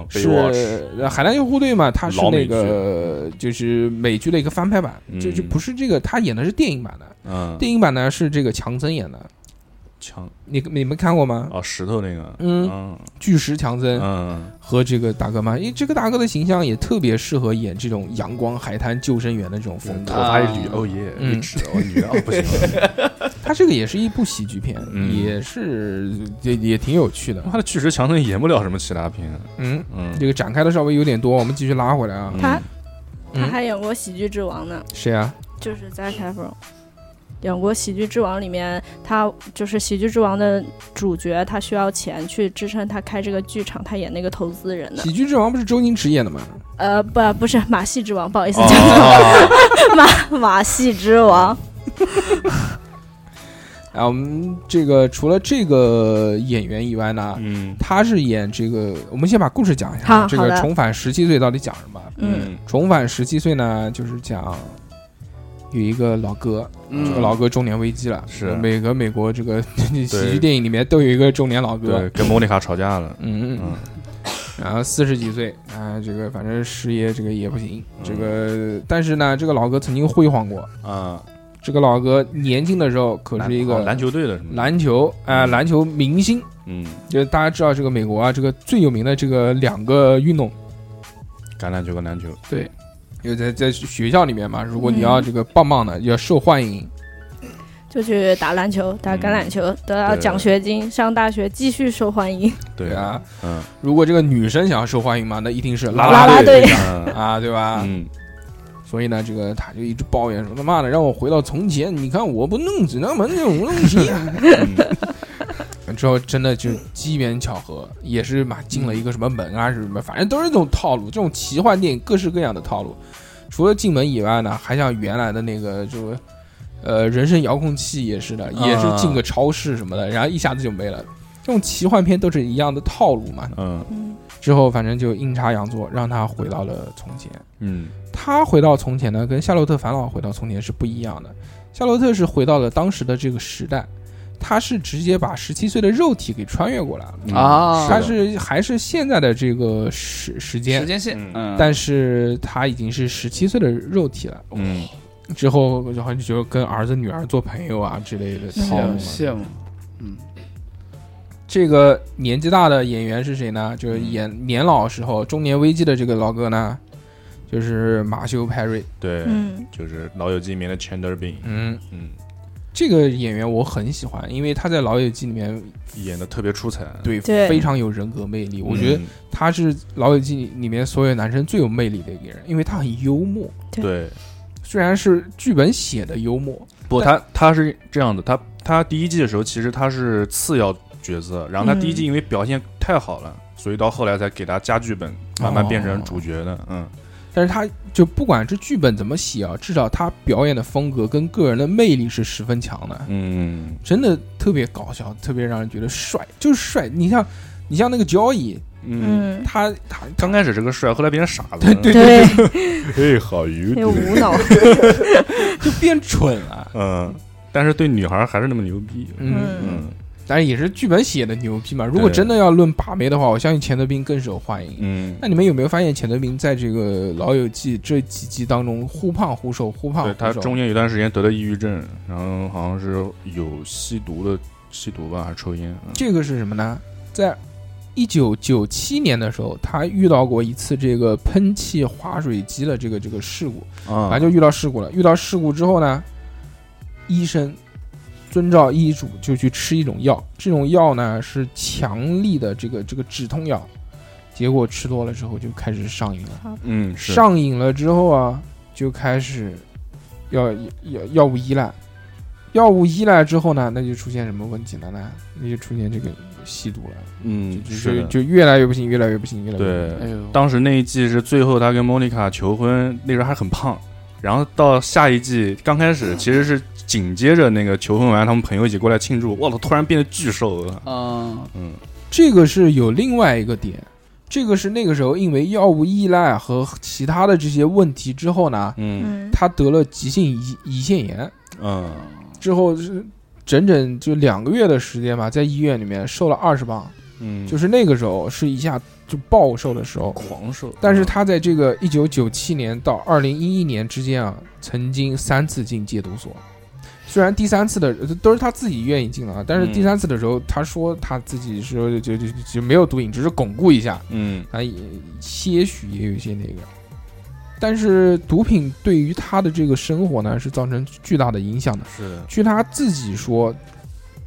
Speaker 3: 哦
Speaker 1: 是
Speaker 3: Baywatch
Speaker 1: 呃海滩救护队嘛？它是
Speaker 3: 老
Speaker 1: 那
Speaker 3: 美剧
Speaker 1: 个就是美剧的一个翻拍版，就就
Speaker 3: 嗯
Speaker 1: 不是这个他演的是电影版的，
Speaker 3: 嗯，
Speaker 1: 电影版呢是这个强森演的，
Speaker 3: 枪
Speaker 1: 你你们看过吗？
Speaker 3: 哦石头那个，
Speaker 1: 嗯，
Speaker 3: 嗯
Speaker 1: 巨石强森，
Speaker 3: 嗯
Speaker 1: 和这个大哥嘛，因为这个大哥的形象也特别适合演这种阳光海滩救生员的这种风
Speaker 3: 嗯，
Speaker 1: 格。
Speaker 3: 头发一捋，哦耶，
Speaker 1: 嗯
Speaker 3: 一指哦女的哦不行，
Speaker 1: 他这个也是一部喜剧片，
Speaker 3: 嗯
Speaker 1: 也是也也挺有趣的。
Speaker 3: 妈的巨石强森演不了什么其他片，
Speaker 1: 嗯，
Speaker 3: 嗯
Speaker 1: 这个展开的稍微有点多，我们继续拉回来啊。
Speaker 4: 他
Speaker 1: 嗯
Speaker 4: 他还演过《喜剧之王》呢，
Speaker 1: 谁啊？
Speaker 4: 就是 Zac Efron。两国喜剧之王里面，他就是喜剧之王的主角，他需要钱去支撑他开这个剧场，他演那个投资人的。
Speaker 1: 喜剧之王不是周星驰演的吗？
Speaker 4: 呃，不，不是马戏之王，不好意思，叫
Speaker 3: 哦，
Speaker 4: 马戏之王。
Speaker 1: 啊，我们这个除了这个演员以外呢，
Speaker 3: 嗯
Speaker 1: 他是演这个，我们先把故事讲一下啊。
Speaker 4: 好
Speaker 1: 这
Speaker 4: 好
Speaker 1: 个
Speaker 4: 的
Speaker 1: 重返十七岁到底讲什么？啊
Speaker 4: 嗯，
Speaker 1: 重返十七岁呢，就是讲有一个老哥，这个老哥中年危机了，
Speaker 3: 嗯是
Speaker 1: 每个美国这个喜剧电影里面都有一个中年老哥，
Speaker 3: 对，跟莫妮卡吵架了，
Speaker 1: 嗯嗯
Speaker 3: 嗯，
Speaker 1: 然后四十几岁啊、这个反正事业这个也不行，
Speaker 3: 嗯
Speaker 1: 这个但是呢，这个老哥曾经辉煌过，
Speaker 3: 啊，
Speaker 1: 这个老哥年轻的时候可是一个
Speaker 3: 篮哦篮球队的什么的，
Speaker 1: 篮球啊、篮球明星，
Speaker 3: 嗯，
Speaker 1: 就是大家知道这个美国啊，这个最有名的这个两个运动，
Speaker 3: 橄榄球跟篮球，
Speaker 1: 因为在在学校里面嘛，如果你
Speaker 3: 嗯
Speaker 1: 要这个棒棒的，要受欢迎，
Speaker 4: 就去打篮球、打橄榄球，得到奖学金，上大学继续受欢迎。
Speaker 3: 对，
Speaker 1: 啊，
Speaker 3: 嗯，
Speaker 1: 如果这个女生想要受欢迎嘛，那一定是拉
Speaker 4: 拉
Speaker 1: 队
Speaker 4: 队
Speaker 3: 嗯
Speaker 1: 啊，对吧？
Speaker 3: 嗯，
Speaker 1: 所以呢，这个他就一直抱怨说：“他妈的，让我回到从前！你看我不弄几那门这种东西。
Speaker 3: 嗯”
Speaker 1: 之后真的就机缘巧合，也是嘛进了一个什么门啊什么，反正都是这种套路，这种奇幻电影各式各样的套路。除了进门以外呢，还像原来的那个就。呃，人生遥控器也是的，也是进个超市什么的，然后一下子就没了。这种奇幻片都是一样的套路嘛。
Speaker 3: 嗯
Speaker 4: 嗯，
Speaker 1: 之后反正就阴差阳错，让他回到了从前。
Speaker 3: 嗯
Speaker 1: 他回到从前呢，跟夏洛特烦恼回到从前是不一样的。夏洛特是回到了当时的这个时代，他是直接把十七岁的肉体给穿越过来了，
Speaker 3: 嗯
Speaker 2: 啊
Speaker 1: 他
Speaker 3: 的
Speaker 1: 是还是现在的这个时时
Speaker 2: 时
Speaker 1: 间，
Speaker 2: 间线，嗯，
Speaker 1: 但是他已经是十七岁的肉体了。
Speaker 3: 嗯，
Speaker 1: 之后然后就跟儿子女儿做朋友啊之类的套
Speaker 2: 好
Speaker 1: 路嘛。
Speaker 2: 哎羡慕，嗯，
Speaker 1: 这个年纪大的演员是谁呢？就是演年老时候中年危机的这个老哥呢，就是马修·派瑞。
Speaker 3: 对，
Speaker 4: 嗯，
Speaker 3: 就是《老友记》里面的 Chandler Bing，
Speaker 1: 嗯，
Speaker 3: 嗯，
Speaker 1: 这个演员我很喜欢，因为他在《老友记》里面
Speaker 3: 演的特别出彩，嗯，
Speaker 1: 对嗯
Speaker 4: 对
Speaker 1: 非常有人格魅力，我觉得他是《老友记》里面所有男生最有魅力的一个人，因为他很幽默，
Speaker 3: 对，
Speaker 1: 虽然是剧本写的幽默，
Speaker 3: 不，
Speaker 1: 但
Speaker 3: 他他是这样的，他他第一季的时候其实他是次要角色，然后他
Speaker 4: 嗯
Speaker 3: 第一季因为表现太好了，所以到后来才给他加剧本，慢慢变成主角的，嗯，
Speaker 1: 但是他就不管这剧本怎么写啊，至少他表演的风格跟个人的魅力是十分强的，
Speaker 3: 嗯，
Speaker 1: 真的特别搞笑，特别让人觉得帅，就是帅。你像你像那个交易，
Speaker 3: 嗯，
Speaker 4: 嗯，
Speaker 1: 他他
Speaker 3: 刚开始是个帅，后来变成傻子了，
Speaker 4: 对，
Speaker 3: 对，好愚
Speaker 4: 那个无脑，
Speaker 1: 就变蠢 了，
Speaker 3: 嗯，但是对女孩还是那么牛逼，
Speaker 1: 嗯。
Speaker 4: 嗯
Speaker 3: 嗯
Speaker 1: 但是也是剧本写的牛逼嘛。如果
Speaker 3: 对
Speaker 1: 真的要论把妹的话，我相信钱德斌更受欢迎。
Speaker 3: 嗯
Speaker 1: 那，你们有没有发现钱德明在这个《老友记》这几季当中忽胖忽瘦，忽胖
Speaker 3: 对
Speaker 1: 忽
Speaker 3: 他
Speaker 1: 瘦？
Speaker 3: 中间有段时间得了抑郁症，然后好像是有吸毒的吸毒吧，还是抽烟，嗯
Speaker 1: 这个是什么呢？在一九九七年的时候，他遇到过一次这个喷气滑水机的这个这个事故，
Speaker 3: 啊，
Speaker 1: 反正就遇到事故了。遇到事故之后呢，医生遵照医嘱就去吃一种药，这种药呢是强力的这个这个止痛药，结果吃多了之后就开始上瘾了。
Speaker 3: 嗯是
Speaker 1: 上瘾了之后啊，就开始要要药物依赖，药物依赖之后呢，那就出现什么问题了呢？那就出现这个吸毒了，
Speaker 3: 嗯
Speaker 1: 就是就
Speaker 3: 的
Speaker 1: 就越来越不行，越来越不行，越来越不行
Speaker 3: 对
Speaker 2: 哎呦，
Speaker 3: 当时那一季是最后他跟莫妮卡求婚，那时候还很胖，然后到下一季刚开始其实是紧接着那个求婚完，他们朋友一起过来庆祝，哇，他突然变得巨瘦了，
Speaker 2: 嗯，
Speaker 3: 嗯
Speaker 1: 这个是有另外一个点，这个是那个时候因为药物依赖和其他的这些问题之后呢，
Speaker 3: 嗯
Speaker 4: 嗯，
Speaker 1: 他得了急性胰胰腺炎，
Speaker 3: 嗯，
Speaker 1: 之后是整整就两个月的时间吧，在医院里面瘦了二十磅，
Speaker 3: 嗯，
Speaker 1: 就是那个时候是一下就暴瘦的时候。
Speaker 3: 狂瘦，
Speaker 1: 但是他在这个一九九七年到二零一一年之间啊，曾经三次进戒毒所。虽然第三次的呃都是他自己愿意进的啊，但是
Speaker 3: 嗯
Speaker 1: 第三次的时候，他说他自己说就就就就没有毒瘾，只是巩固一下，
Speaker 3: 嗯
Speaker 1: 他也些许也有一些那个。但是毒品对于他的这个生活呢，是造成巨大的影响的。
Speaker 3: 是的，
Speaker 1: 据他自己说，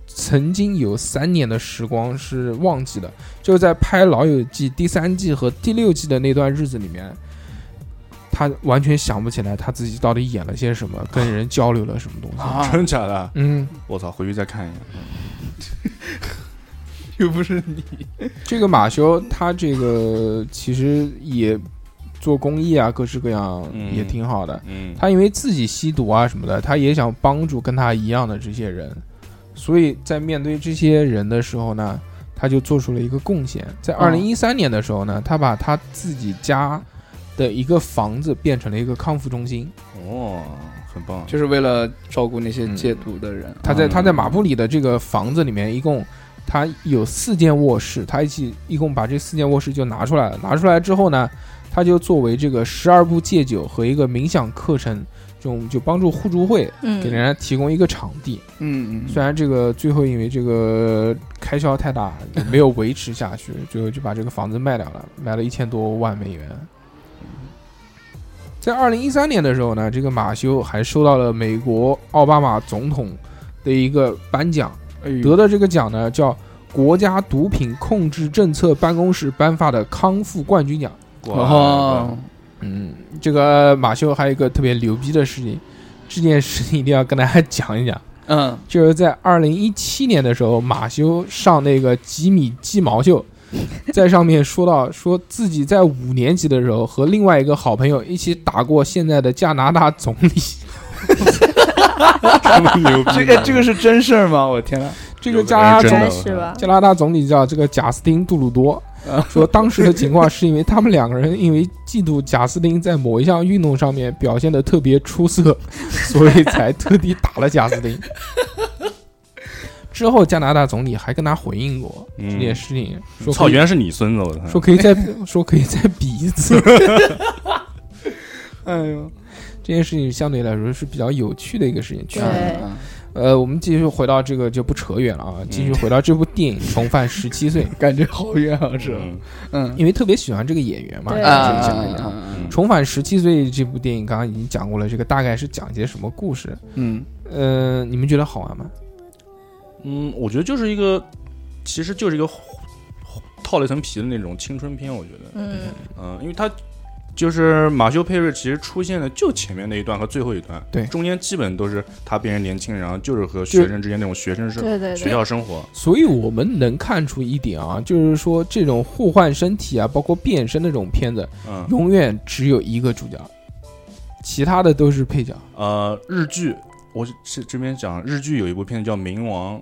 Speaker 1: 曾经有三年的时光是忘记的，就在拍《老友记》第三季和第六季的那段日子里面，他他完全想不起来他自己到底演了些什么，跟人交流了什么东西。
Speaker 2: 啊，
Speaker 3: 真假的？
Speaker 1: 嗯，
Speaker 3: 我操，回去再看一眼。
Speaker 2: 又不是你，
Speaker 1: 这个马修他这个其实也做公益啊，各式各样
Speaker 3: 嗯
Speaker 1: 也挺好的。
Speaker 3: 嗯，
Speaker 1: 他因为自己吸毒啊什么的，他也想帮助跟他一样的这些人，所以在面对这些人的时候呢，他就做出了一个贡献。在二
Speaker 2: 嗯
Speaker 1: 零一三年的时候呢，他把他自己家的一个房子变成了一个康复中心。
Speaker 3: 哦，很棒。
Speaker 2: 就是为了照顾那些
Speaker 1: 嗯
Speaker 2: 戒毒的人。
Speaker 1: 他在
Speaker 3: 嗯
Speaker 1: 他在马布里的这个房子里面，一共他有四间卧室，他一起一共把这四间卧室就拿出来了。拿出来之后呢，他就作为这个十二步戒酒和一个冥想课程，这种就帮助互助会给人家
Speaker 4: 嗯，
Speaker 1: 提供一个场地。
Speaker 2: 嗯嗯
Speaker 1: 虽然这个最后因为这个开销太大，也没有维持下去，最后就把这个房子卖掉了，卖了一千多万美元。在二零一三年的时候呢，这个马修还收到了美国奥巴马总统的一个颁奖，
Speaker 2: 哎呦
Speaker 1: 得的这个奖呢叫国家毒品控制政策办公室颁发的康复冠军奖。
Speaker 3: 哇
Speaker 2: 哦，
Speaker 1: 嗯，这个马修还有一个特别牛逼的事情，这件事情一定要跟大家讲一讲。
Speaker 2: 嗯，
Speaker 1: 就是在二零一七年的时候，马修上那个吉米鸡毛 秀，在上面说到说自己在五年级的时候和另外一个好朋友一起打过现在的加拿大总 理。
Speaker 3: 这么牛逼呢
Speaker 2: 这个哎这个是真事儿吗？我天呐，
Speaker 1: 这个加拿大
Speaker 3: 有
Speaker 1: 总
Speaker 3: 的人
Speaker 4: 该
Speaker 3: 真
Speaker 4: 是吧？
Speaker 1: 加拿大总理叫这个贾斯汀杜鲁多
Speaker 2: 啊，
Speaker 1: 说当时的情况是因为他们两个人因为嫉妒贾斯汀在某一项运动上面表现的特别出 色，所以才特地打了贾斯汀。之后加拿大总理还跟他回应过
Speaker 3: 嗯
Speaker 1: 这件事情，说
Speaker 3: 操，
Speaker 1: 可以
Speaker 3: 原来是你孙子！我操，
Speaker 1: 说可以再说可以再比一次。
Speaker 2: 哎呦，
Speaker 1: 这件事情相对来说是比较有趣的一个事情。去
Speaker 4: 对
Speaker 2: 嗯
Speaker 1: 呃，我们继续回到这个就不扯远了啊，继续回到这部电影《重返十七岁》，
Speaker 2: 感觉好远啊，是吧，
Speaker 3: 嗯
Speaker 2: 嗯
Speaker 1: 因为特别喜欢这个演员嘛，就
Speaker 4: 对
Speaker 2: 啊
Speaker 1: 讲一讲。
Speaker 2: 嗯
Speaker 1: 《重返十七岁》这部电影刚刚已经讲过了，这个大概是讲一些什么故事？
Speaker 2: 嗯
Speaker 1: 呃，你们觉得好玩吗？
Speaker 3: 嗯，我觉得就是一个，其实就是一个套了一层皮的那种青春片，我觉得，
Speaker 4: 嗯，
Speaker 3: 嗯，因为他就是马修·佩瑞，其实出现的就前面那一段和最后一段，
Speaker 1: 对
Speaker 3: 中间基本都是他变成年轻人，然后就是和
Speaker 1: 就是
Speaker 3: 学生之间那种学生
Speaker 4: 嗯
Speaker 3: 生
Speaker 4: 对对
Speaker 3: 学
Speaker 4: 对，
Speaker 3: 校生活，
Speaker 1: 所以我们能看出一点啊，就是说这种互换身体啊，包括变身那种片子，
Speaker 3: 嗯，
Speaker 1: 永远只有一个主角，其他的都是配角。
Speaker 3: 呃，日剧，我这这边讲日剧有一部片子叫《冥王》，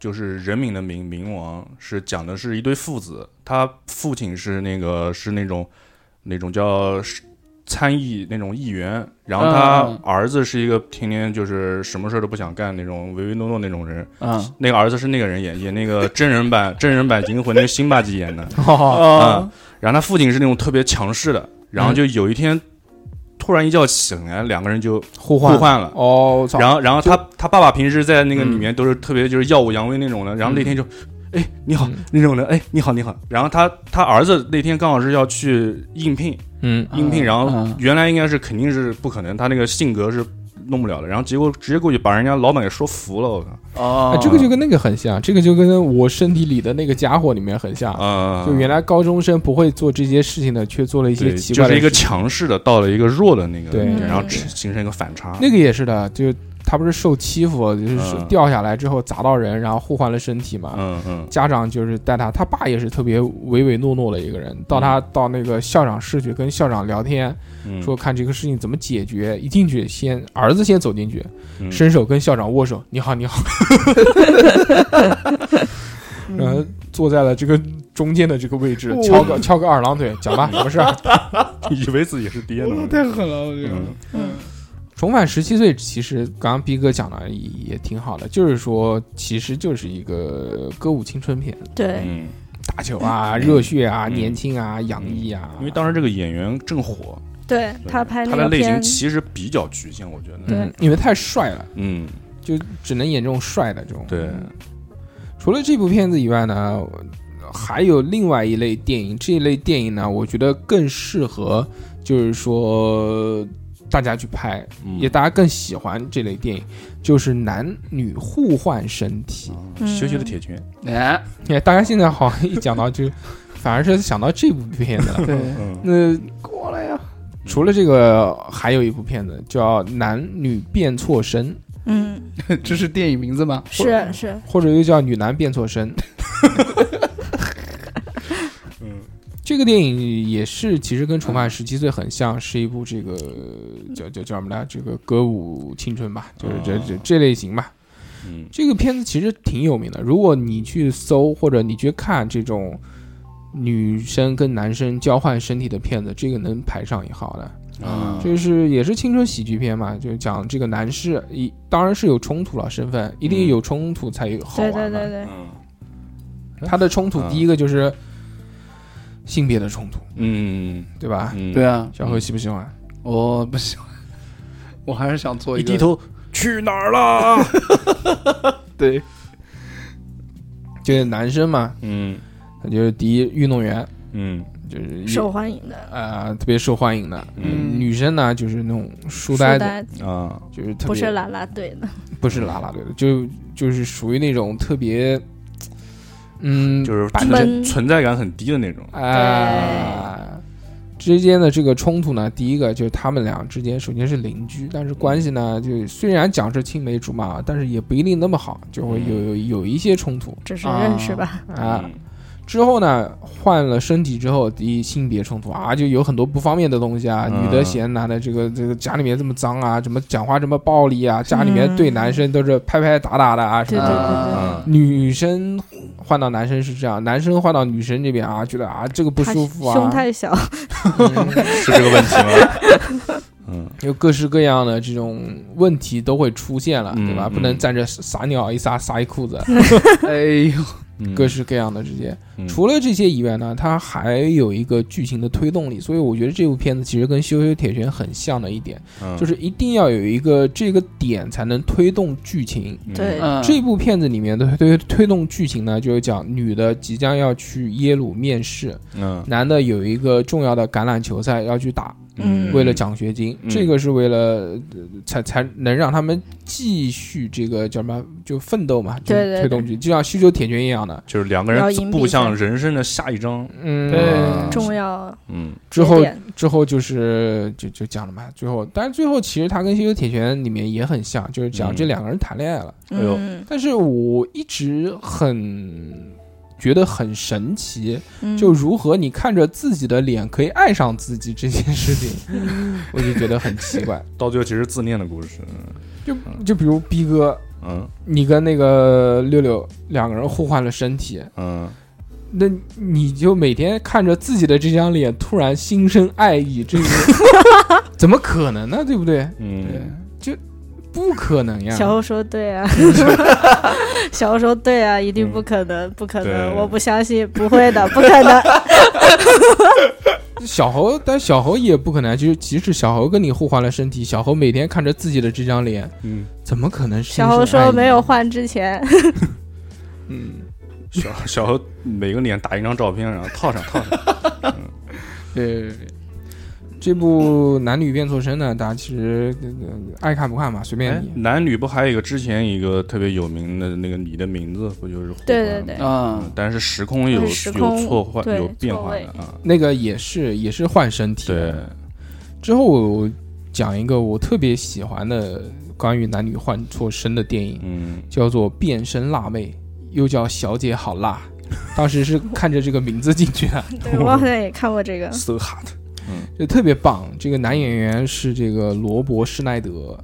Speaker 3: 就是人民的冥冥王，是讲的是一对父子，他父亲是那个是那种那种叫是参议那种议员，然后
Speaker 2: 嗯
Speaker 3: 他儿子是一个天天就是什么事儿都不想干那种唯唯诺诺那种人，
Speaker 2: 啊
Speaker 3: 那个儿子是那个人演演那个真人版 真人版《银魂》那个辛巴吉演的，
Speaker 1: 哦，
Speaker 3: 啊，然后他父亲是那种特别强势的，然后就有一天。突然一觉醒来，两个人就
Speaker 1: 互
Speaker 3: 互换了，
Speaker 1: 哦，我操！
Speaker 3: 然后，然后他他爸爸平时在那个
Speaker 1: 嗯
Speaker 3: 里面都是特别就是耀武扬威那种的，然后那天就，哎你好
Speaker 1: 嗯
Speaker 3: 那种的，哎你好你好。然后他他儿子那天刚好是要去应聘
Speaker 1: 嗯
Speaker 3: 应聘，然后
Speaker 2: 啊
Speaker 3: 原来应该是肯定是不可能，他那个性格是弄不了的，然后结果直接过去把人家老板给说服了，我靠，
Speaker 2: 哦
Speaker 1: 啊，这个就跟那个很像，这个就跟我身体里的那个家伙里面很像，
Speaker 3: 啊、
Speaker 1: 就原来高中生不会做这些事情的，却做了一些
Speaker 3: 呃对
Speaker 1: 奇
Speaker 3: 就
Speaker 1: 怪的
Speaker 3: 是
Speaker 1: 事
Speaker 3: 一个
Speaker 1: 情。
Speaker 3: 强势的到了一个弱的那个
Speaker 1: 对
Speaker 3: 点，然后
Speaker 4: 嗯
Speaker 3: 形成一个反差，
Speaker 1: 那个也是的，就他不是受欺负，就是
Speaker 3: 嗯
Speaker 1: 掉下来之后砸到人，然后互换了身体嘛。
Speaker 3: 嗯嗯
Speaker 1: 家长就是带他，他爸也是特别唯唯诺诺的一个人。到他到那个校长室去跟校长聊天，
Speaker 3: 嗯，
Speaker 1: 说看这个事情怎么解决。一进去先儿子先走进去，
Speaker 3: 嗯
Speaker 1: 伸手跟校长握手，你好，你好，然后坐在了这个中间的这个位置，
Speaker 2: 哦
Speaker 1: 翘个翘个二郎腿，讲吧，什么事儿？
Speaker 3: 以为自己是爹呢，
Speaker 2: 太狠了，我觉
Speaker 3: 嗯
Speaker 2: 得，
Speaker 4: 嗯
Speaker 1: 重返十七岁，其实刚刚逼哥讲的也也挺好的，就是说，其实就是一个歌舞青春片，
Speaker 4: 对，
Speaker 3: 嗯，
Speaker 1: 打球啊，热血啊，
Speaker 3: 嗯
Speaker 1: 年轻啊，洋溢啊，
Speaker 3: 因为当时这个演员正火，
Speaker 4: 对他拍那
Speaker 3: 他的
Speaker 4: 个
Speaker 3: 类型
Speaker 4: 片，
Speaker 3: 其实比较局限，我觉得。
Speaker 1: 嗯，因为太帅了，
Speaker 3: 嗯，
Speaker 1: 就只能演这种帅的这种。
Speaker 3: 对，
Speaker 1: 除了这部片子以外呢，还有另外一类电影，这一类电影呢，我觉得更适合就是说大家去拍，
Speaker 3: 嗯
Speaker 1: 也大家更喜欢这类电影，就是男女互换身体。
Speaker 4: 嗯
Speaker 3: 羞羞的铁拳，
Speaker 2: 哎，
Speaker 1: 你看，大家现在好 像一讲到就，反而是想到这部片子了。
Speaker 2: 对，
Speaker 3: 嗯，
Speaker 1: 那
Speaker 2: 过来呀，
Speaker 1: 除了这个，还有一部片子叫《男女变错身》，
Speaker 4: 嗯，
Speaker 2: 这是电影名字吗？
Speaker 4: 是是，
Speaker 1: 或者又叫《女男变错身》。
Speaker 3: 嗯，
Speaker 1: 这个电影也是，其实跟《重返十七岁》很像，是一部这个叫叫叫什么来，这个歌舞青春吧，就是这
Speaker 3: 啊
Speaker 1: 这这类型吧。
Speaker 3: 嗯
Speaker 1: 这个片子其实挺有名的，如果你去搜或者你去看这种女生跟男生交换身体的片子，这个能排上一号的。
Speaker 3: 啊，
Speaker 1: 这是也是青春喜剧片嘛，就是讲这个男士一当然是有冲突了，身份一定有冲突才有好玩
Speaker 4: 对
Speaker 1: 嘛。
Speaker 4: 对对对，
Speaker 3: 嗯
Speaker 1: 他的冲突
Speaker 3: 嗯
Speaker 1: 第一个就是性别的冲突，
Speaker 3: 嗯
Speaker 1: 对吧？
Speaker 3: 嗯，
Speaker 2: 对啊，
Speaker 1: 小何喜不喜欢？
Speaker 2: 我不喜欢，我还是想做
Speaker 3: 一
Speaker 2: 个
Speaker 3: 低，头去哪 儿了？
Speaker 2: 对，
Speaker 1: 就是男生嘛，
Speaker 3: 嗯
Speaker 1: 他就是第一运动员，
Speaker 3: 嗯
Speaker 1: 就是一
Speaker 4: 受欢迎的
Speaker 1: 啊、特别受欢迎的。
Speaker 2: 嗯
Speaker 1: 女生呢，就是那种书
Speaker 4: 书
Speaker 1: 呆子，
Speaker 4: 呆子，
Speaker 3: 啊
Speaker 1: 就是特别
Speaker 4: 不是啦啦队的，
Speaker 1: 不是啦啦队的，就就是属于那种特别，嗯，
Speaker 3: 就是
Speaker 1: 板
Speaker 3: 存
Speaker 1: 正
Speaker 3: 在存在感很低的那种。
Speaker 1: 啊，之间的这个冲突呢，第一个就是他们俩之间首先是邻居，但是关系呢，就虽然讲是青梅竹马，但是也不一定那么好，就会有
Speaker 4: 嗯
Speaker 1: 有有一些冲突
Speaker 4: 只是认识吧，
Speaker 1: 啊。
Speaker 3: 嗯
Speaker 1: 之后呢，换了身体之后，第一性别冲突啊，就有很多不方便的东西啊，
Speaker 3: 嗯
Speaker 1: 女的嫌男的这个这个家里面这么脏啊，怎么讲话这么暴力啊，家里面对男生都是拍拍打打的啊什
Speaker 4: 对
Speaker 1: 么
Speaker 4: 对
Speaker 1: 的。
Speaker 4: 对对。
Speaker 3: 嗯
Speaker 1: 女生换到男生是这样，男生换到女生这边啊，觉得啊这个不
Speaker 4: 他
Speaker 1: 舒服啊，
Speaker 4: 胸太小，
Speaker 1: 嗯
Speaker 3: 是这个问题 吗？嗯
Speaker 1: 有各式各样的这种问题都会出现了，
Speaker 3: 嗯
Speaker 1: 对吧？
Speaker 3: 嗯
Speaker 1: 不能站着撒尿一撒撒一裤子，
Speaker 2: 哎呦，
Speaker 3: 嗯，
Speaker 1: 各式各样的这些。
Speaker 3: 嗯
Speaker 1: 除了这些以外呢，它还有一个剧情的推动力，所以我觉得这部片子其实跟《羞羞铁拳》很像的一点，
Speaker 3: 嗯
Speaker 1: 就是一定要有一个这个点才能推动剧情。
Speaker 3: 嗯
Speaker 4: 对
Speaker 2: 嗯
Speaker 1: 哎这部片子里面的推推动剧情呢，就是讲女的即将要去耶鲁面试，
Speaker 3: 嗯
Speaker 1: 男的有一个重要的橄榄球赛要去打，
Speaker 4: 嗯
Speaker 1: 为了奖学金，
Speaker 3: 嗯
Speaker 1: 这个是为了呃才才能让他们继续这个叫什么，就奋斗嘛，就
Speaker 4: 对对对
Speaker 1: 推动去，就像需求铁拳一样的。
Speaker 3: 就是两个
Speaker 4: 要
Speaker 3: 人
Speaker 4: 赢
Speaker 3: 步
Speaker 4: 比赛
Speaker 3: 向人生的下一章。
Speaker 1: 嗯，
Speaker 2: 对
Speaker 4: 重要
Speaker 3: 嗯
Speaker 1: 之后
Speaker 4: 节点
Speaker 1: 之后就是就就讲了嘛，最后，但是最后其实他跟《需求铁拳》里面也很像，就是讲
Speaker 3: 嗯
Speaker 1: 这两个人谈恋爱了。
Speaker 3: 哎呦
Speaker 4: 嗯
Speaker 1: 但是我一直很觉得很神奇，
Speaker 4: 嗯
Speaker 1: 就如何你看着自己的脸可以爱上自己这件事情， 我就觉得很奇怪。
Speaker 3: 到最后其实自恋的故事。
Speaker 1: 就就比如逼哥，
Speaker 3: 嗯
Speaker 1: 你跟那个六六两个人互换了身体，
Speaker 3: 嗯，
Speaker 1: 那你就每天看着自己的这张脸，突然心生爱意， 这个怎么可能呢？对不对？
Speaker 3: 嗯，
Speaker 1: 不可能呀！
Speaker 4: 小欧说对 啊，小欧说对啊，一
Speaker 1: 嗯
Speaker 4: 定不可能，不可能，
Speaker 3: 对
Speaker 4: 我不相信，不会的，不可 能。
Speaker 1: 小猴，但小猴也不可能，啊就是即使小猴跟你互换了身体，小猴每天看着自己的这张脸，
Speaker 3: 嗯，
Speaker 1: 怎么可能心生
Speaker 4: 小
Speaker 1: 爱意？
Speaker 4: 欧说没有，换之前，
Speaker 1: 嗯，
Speaker 3: 小 小何每个脸打一张照片，然后套上套
Speaker 4: 哎
Speaker 3: 上。
Speaker 1: 对对对。这部《男女变错身》呢，大家其实、呃爱看不看吧，随
Speaker 3: 哎
Speaker 1: 便你。
Speaker 3: 男女不还有一个之前一个特别有名的那个你的名字不就是互换
Speaker 4: 对
Speaker 3: 吗
Speaker 4: 对对
Speaker 2: 啊
Speaker 3: 嗯，但是时空有
Speaker 4: 时
Speaker 3: 有
Speaker 4: 空
Speaker 3: 错换
Speaker 4: 对
Speaker 3: 有变化
Speaker 4: 错位
Speaker 3: 的啊，
Speaker 1: 那个也是也是换身体，
Speaker 3: 对，
Speaker 1: 之后我讲一个我特别喜欢的关于男女换错身的电影，
Speaker 3: 嗯
Speaker 1: 叫做《变身辣妹》，又叫《小姐好辣》。当时是看着这个名字进去的，
Speaker 4: 对 我好像也看过这个，
Speaker 3: ，so hot，
Speaker 1: 就特别棒。这个男演员是这个罗伯·施耐德，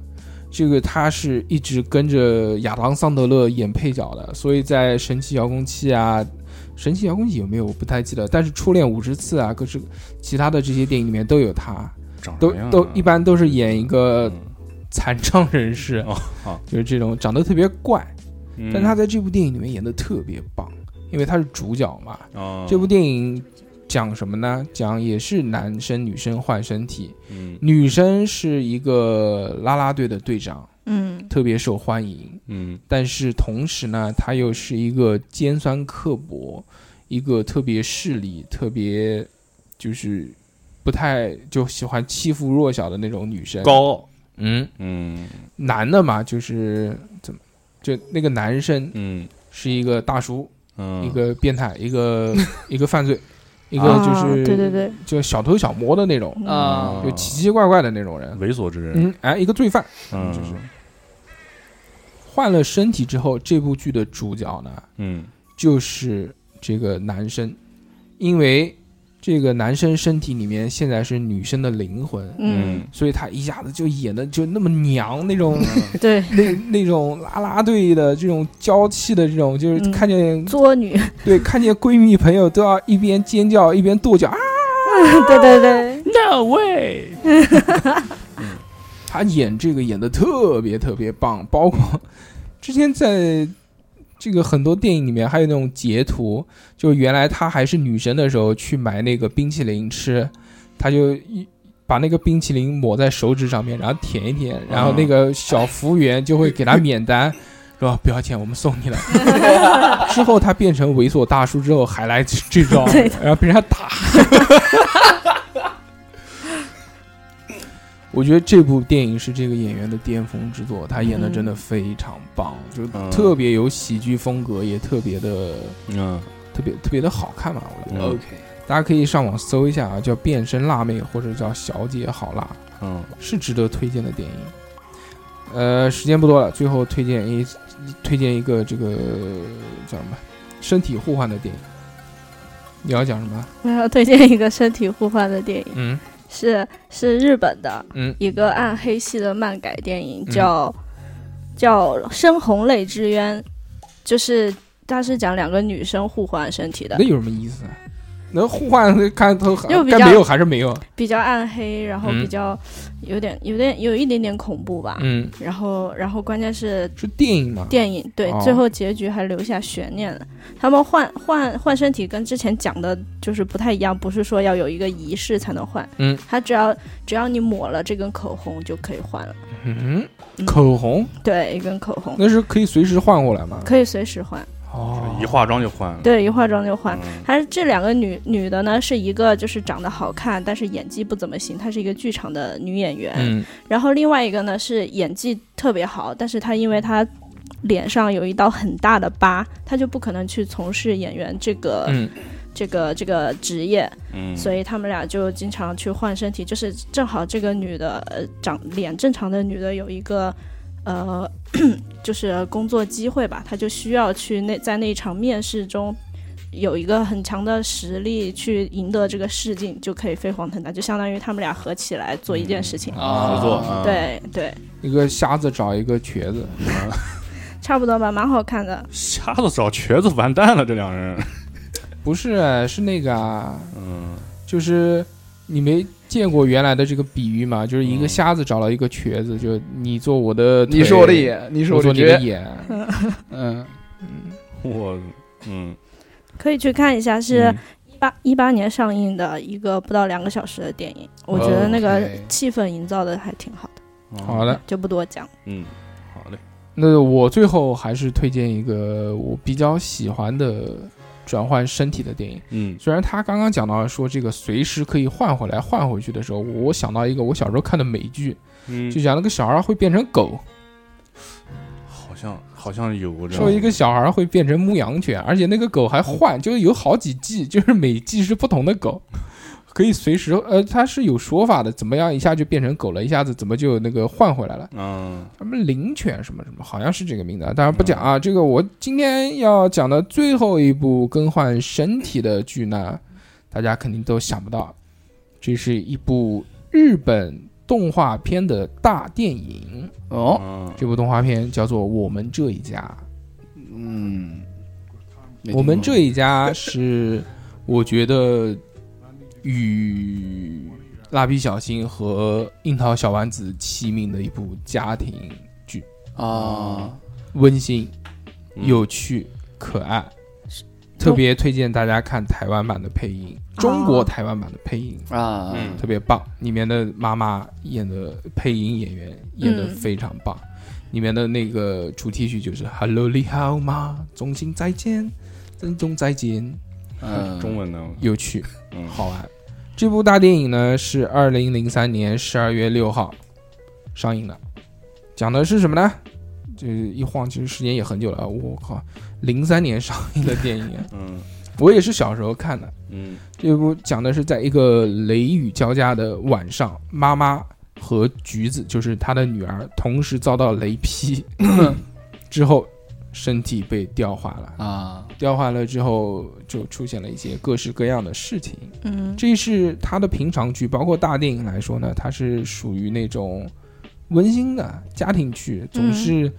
Speaker 1: 这个他是一直跟着亚当·桑德勒演配角的，所以在《神奇遥控器》啊，《神奇遥控器》有没有我不太记得，但是《初恋五十次》啊，各是其他的这些电影里面都有他，
Speaker 3: 长什
Speaker 1: 都
Speaker 3: 么样
Speaker 1: 都
Speaker 3: 啊
Speaker 1: 一般呃都是演一个
Speaker 3: 嗯
Speaker 1: 残障人士
Speaker 3: 哦好
Speaker 1: 就是这种长得特别怪，
Speaker 3: 嗯
Speaker 1: 但他在这部电影里面演的特别棒，因为他是主角嘛。
Speaker 3: 哦
Speaker 1: 这部电影讲什么呢？讲也是男生女生换身体，
Speaker 3: 嗯
Speaker 1: 女生是一个啦啦队的队长，
Speaker 4: 嗯，
Speaker 1: 特别受欢迎，
Speaker 3: 嗯
Speaker 1: 但是同时呢，她又是一个尖酸刻薄，一个特别势利，特别就是不太就喜欢欺负弱小的那种女生。，
Speaker 3: 高
Speaker 1: 嗯，
Speaker 3: 嗯
Speaker 1: 男的嘛，就是怎么就那个男生
Speaker 3: 嗯
Speaker 1: 是一个大叔，
Speaker 3: 嗯
Speaker 1: 一个变态，一个一个犯罪，一个就
Speaker 4: 啊
Speaker 1: 是
Speaker 4: 对对对，
Speaker 1: 就小偷小摸的那种，
Speaker 2: 啊
Speaker 1: 就奇奇怪怪的那种人。
Speaker 3: 猥琐之人，
Speaker 1: 嗯，哎，一个罪犯
Speaker 3: 嗯，
Speaker 1: 就是换了身体之后，这部剧的主角呢
Speaker 3: 嗯
Speaker 1: 就是这个男生，因为这个男生身体里面现在是女生的灵魂，
Speaker 4: 嗯，
Speaker 1: 所以他一下子就演的就那么娘那 种
Speaker 4: 对，
Speaker 1: 那那种啦啦队的这种娇气的这种，就是
Speaker 4: 嗯
Speaker 1: 看见、
Speaker 4: 作女，
Speaker 1: 对看见闺蜜朋友都要一边尖叫一边跺脚啊！
Speaker 4: 对对对，
Speaker 3: ，No way，
Speaker 1: 他演这个演的特别特别棒，包括之前在这个很多电影里面还有那种截图，就原来她还是女生的时候去买那个冰淇淋吃，她就一。把那个冰淇淋抹在手指上面，然后舔一舔，然后那个小服务员就会给她免单，说不要钱，我们送你了。之后她变成猥琐大叔之后还来这这招
Speaker 4: 对，
Speaker 1: 然后被人家打。我觉得这部电影是这个演员的巅峰之作，他演的真的非常棒，就
Speaker 3: 嗯
Speaker 1: 特别有喜剧风格，也特别的
Speaker 3: 嗯
Speaker 1: 特别特别的好看嘛。我觉得、
Speaker 3: 嗯
Speaker 2: OK，
Speaker 1: 大家可以上网搜一下啊，叫《变身辣妹》或者叫《小姐好辣
Speaker 3: 嗯》，
Speaker 1: 是值得推荐的电影。呃，时间不多了，最后推荐一推荐一个这个叫什么身体互换的电影。你要讲什么？
Speaker 4: 我要推荐一个身体互换的电影，
Speaker 1: 嗯
Speaker 4: 是是日本的
Speaker 1: 嗯
Speaker 4: 一个暗黑系的漫改电影，
Speaker 1: 嗯
Speaker 4: 叫叫《深红泪之冤》，就是它是讲两个女生互换身体的
Speaker 1: 那，有什么意思啊？能互换看都还
Speaker 4: 就比较
Speaker 1: 该没有还是没有？
Speaker 4: 比较暗黑，然后
Speaker 1: 嗯
Speaker 4: 比较有点有点有一点点恐怖吧，
Speaker 1: 嗯，
Speaker 4: 然后然后关键是
Speaker 1: 是电影嘛？
Speaker 4: 电影，对，
Speaker 1: 哦
Speaker 4: 最后结局还留下悬念了。他们换换换身体跟之前讲的就是不太一样，不是说要有一个仪式才能换，
Speaker 1: 嗯，
Speaker 4: 他只要只要你抹了这根口红就可以换了，
Speaker 1: 嗯，
Speaker 4: 嗯
Speaker 1: 口红
Speaker 4: 对，一根口红
Speaker 1: 那是可以随时换过来吗？
Speaker 4: 可以随时换，
Speaker 1: 哦
Speaker 3: 一化妆就换了，
Speaker 4: 对，一化妆就换。
Speaker 3: 嗯
Speaker 4: 还是这两个女女的呢，是一个就是长得好看，但是演技不怎么行，她是一个剧场的女演员，
Speaker 1: 嗯
Speaker 4: 然后另外一个呢是演技特别好，但是他因为他脸上有一道很大的疤，他就不可能去从事演员这个、
Speaker 1: 嗯
Speaker 4: 这个这个职业，
Speaker 3: 嗯，
Speaker 4: 所以他们俩就经常去换身体。就是正好这个女的呃长脸正常的女的有一个呃 就是工作机会吧，她就需要去那在那一场面试中。有一个很强的实力去赢得这个试镜，就可以飞黄腾达，就相当于他们俩合起来做一件事情。
Speaker 2: 啊
Speaker 3: 合作，啊，
Speaker 4: 对对，
Speaker 1: 一个瞎子找一个瘸子，
Speaker 4: 差不多吧，蛮好看的。
Speaker 3: 瞎子找瘸子完蛋了，这两人，
Speaker 1: 不是是那个啊，
Speaker 3: 嗯
Speaker 1: 就是你没见过原来的这个比喻嘛？就是一个
Speaker 3: 嗯
Speaker 1: 瞎子找了一个瘸子，就你做我的腿，
Speaker 2: 嗯你是我的眼，你是
Speaker 1: 我
Speaker 2: 我
Speaker 1: 做
Speaker 2: 的
Speaker 1: 你的
Speaker 2: 绝，
Speaker 1: 眼，
Speaker 2: 嗯，
Speaker 3: 我嗯
Speaker 4: 可以去看一下，是一八一八年上映的一个不到两个小时的电影，我觉得那个
Speaker 2: OK
Speaker 4: 气氛营造的还挺好的，
Speaker 3: 嗯
Speaker 1: 好的，
Speaker 4: 就不多讲。
Speaker 3: 嗯好嘞，
Speaker 1: 那我最后还是推荐一个我比较喜欢的转换身体的电影。
Speaker 3: 嗯
Speaker 1: 虽然他刚刚讲到说这个随时可以换回来换回去的时候，我想到一个我小时候看的美剧，
Speaker 3: 嗯
Speaker 1: 就讲那个小孩会变成狗，
Speaker 3: 好像好像有过这样
Speaker 1: 说一个小孩会变成牧羊犬，而且那个狗还换，就是有好几季， 就是每季是不同的狗，可以随时呃，它是有说法的，怎么样一下就变成狗了，一下子怎么就那个换回来了。
Speaker 3: 嗯
Speaker 1: 什么灵犬什么什么，好像是这个名字，啊，当然不讲啊。这个我今天要讲的最后一部更换身体的剧呢，大家肯定都想不到，这是一部日本动画片的大电影。
Speaker 2: 哦，
Speaker 3: 嗯
Speaker 1: 这部动画片叫做《我们这一家》，
Speaker 2: 嗯，
Speaker 1: 我们这一家是，我觉得呃与《蜡笔小新》和《樱桃小丸子》齐名的一部家庭剧，
Speaker 2: 啊，
Speaker 1: 温馨。
Speaker 3: 嗯
Speaker 1: 有趣、可爱
Speaker 4: 是，哦
Speaker 1: 特别推荐大家看台湾版的配音，中国台湾版的配音、
Speaker 2: 啊，
Speaker 3: 嗯
Speaker 1: 特别棒，里面的妈妈演的配音演员演的
Speaker 4: 嗯
Speaker 1: 非常棒，里面的那个主题曲就是 “Hello 你好吗，衷心再见，珍重再见
Speaker 2: 嗯，
Speaker 3: 中文的”，
Speaker 1: 有趣
Speaker 3: 嗯
Speaker 1: 好玩。这部大电影呢是二零零三年十二月六号上映的，讲的是什么呢？这一晃其实时间也很久了，我靠，零三年上映的电影啊，
Speaker 3: 嗯
Speaker 1: 我也是小时候看的。
Speaker 3: 嗯
Speaker 1: 这部讲的是在一个雷雨交加的晚上，妈妈和橘子，就是她的女儿，同时遭到雷劈之后，身体被调化了。
Speaker 2: 啊，
Speaker 1: 调化了之后，就出现了一些各式各样的事情。
Speaker 4: 嗯
Speaker 1: 这是它的平常剧，包括大电影来说呢，它是属于那种温馨的家庭剧，总是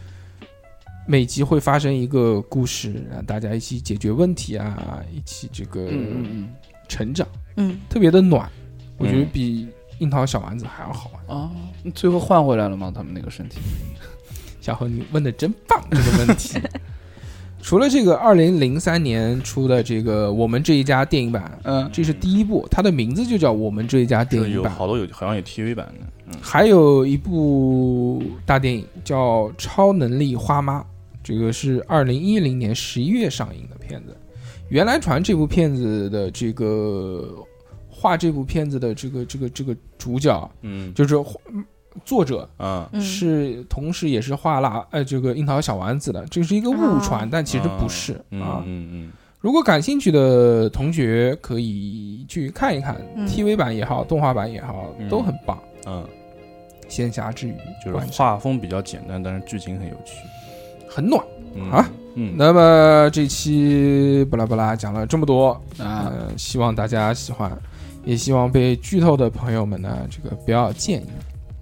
Speaker 1: 每集会发生一个故事，啊，大家一起解决问题啊，一起这个
Speaker 2: 嗯嗯
Speaker 1: 成长，
Speaker 4: 嗯，
Speaker 1: 特别的暖。我觉得
Speaker 3: 嗯
Speaker 1: 比樱桃小丸子还要好玩。
Speaker 2: 嗯，啊，你最后换回来了吗？他们那个身体？
Speaker 1: 小何，你问的真棒，这个问题。除了这个二零零三年出的这个我们这一家电影版，
Speaker 2: 嗯
Speaker 1: 这是第一部，它的名字就叫我们这一家
Speaker 3: 这
Speaker 1: 电
Speaker 3: 个
Speaker 1: 影
Speaker 3: 有
Speaker 1: 版。
Speaker 3: 好多有好像有 TV 版的，嗯
Speaker 1: 还有一部大电影叫《超能力花妈》，这个是二零一零年十一月上映的片子。原来传这部片子的这个画这部片子的这个这个这个主角，
Speaker 3: 嗯
Speaker 1: 就是画作者
Speaker 3: 啊
Speaker 4: 嗯
Speaker 1: 是同时也是画蜡呃这个樱桃小丸子的，这是一个误传，
Speaker 4: 啊
Speaker 1: 但其实不是
Speaker 3: 嗯
Speaker 1: 啊。
Speaker 3: 嗯
Speaker 1: 如果感兴趣的同学可以去看一看
Speaker 4: 嗯
Speaker 1: TV 版也好，动画版也好，都很棒。
Speaker 3: 嗯嗯，
Speaker 1: 闲暇之余
Speaker 3: 就是
Speaker 1: 观赏
Speaker 3: 画风比较简单，但是剧情很有趣
Speaker 1: 很暖。
Speaker 3: 嗯
Speaker 1: 啊，
Speaker 3: 嗯，
Speaker 1: 那么这期巴拉巴拉讲了这么多，
Speaker 2: 啊，
Speaker 1: 呃，希望大家喜欢，也希望被剧透的朋友们呢，这个不要介意，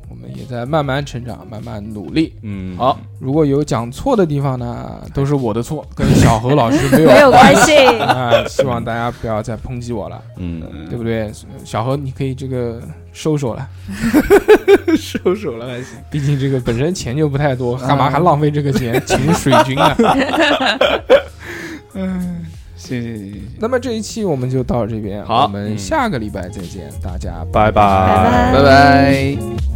Speaker 1: 我们也在慢慢成长，慢慢努力。
Speaker 3: 嗯
Speaker 2: 好，
Speaker 1: 如果有讲错的地方呢，都是我的错，跟小何老师 没有
Speaker 4: 没有关系，
Speaker 1: 啊、希望大家不要再抨击我了，
Speaker 3: 嗯
Speaker 1: 对不对？小何，你可以这个收手了，收手了还行。毕竟这个本身钱就不太多，干嘛还浪费这个钱请水军啊呢？
Speaker 2: 行行行行行，
Speaker 1: 那么这一期我们就到这边，
Speaker 2: 好
Speaker 1: 我们下个礼拜再见，大家拜
Speaker 3: 拜拜
Speaker 2: 拜
Speaker 4: 拜
Speaker 2: 拜。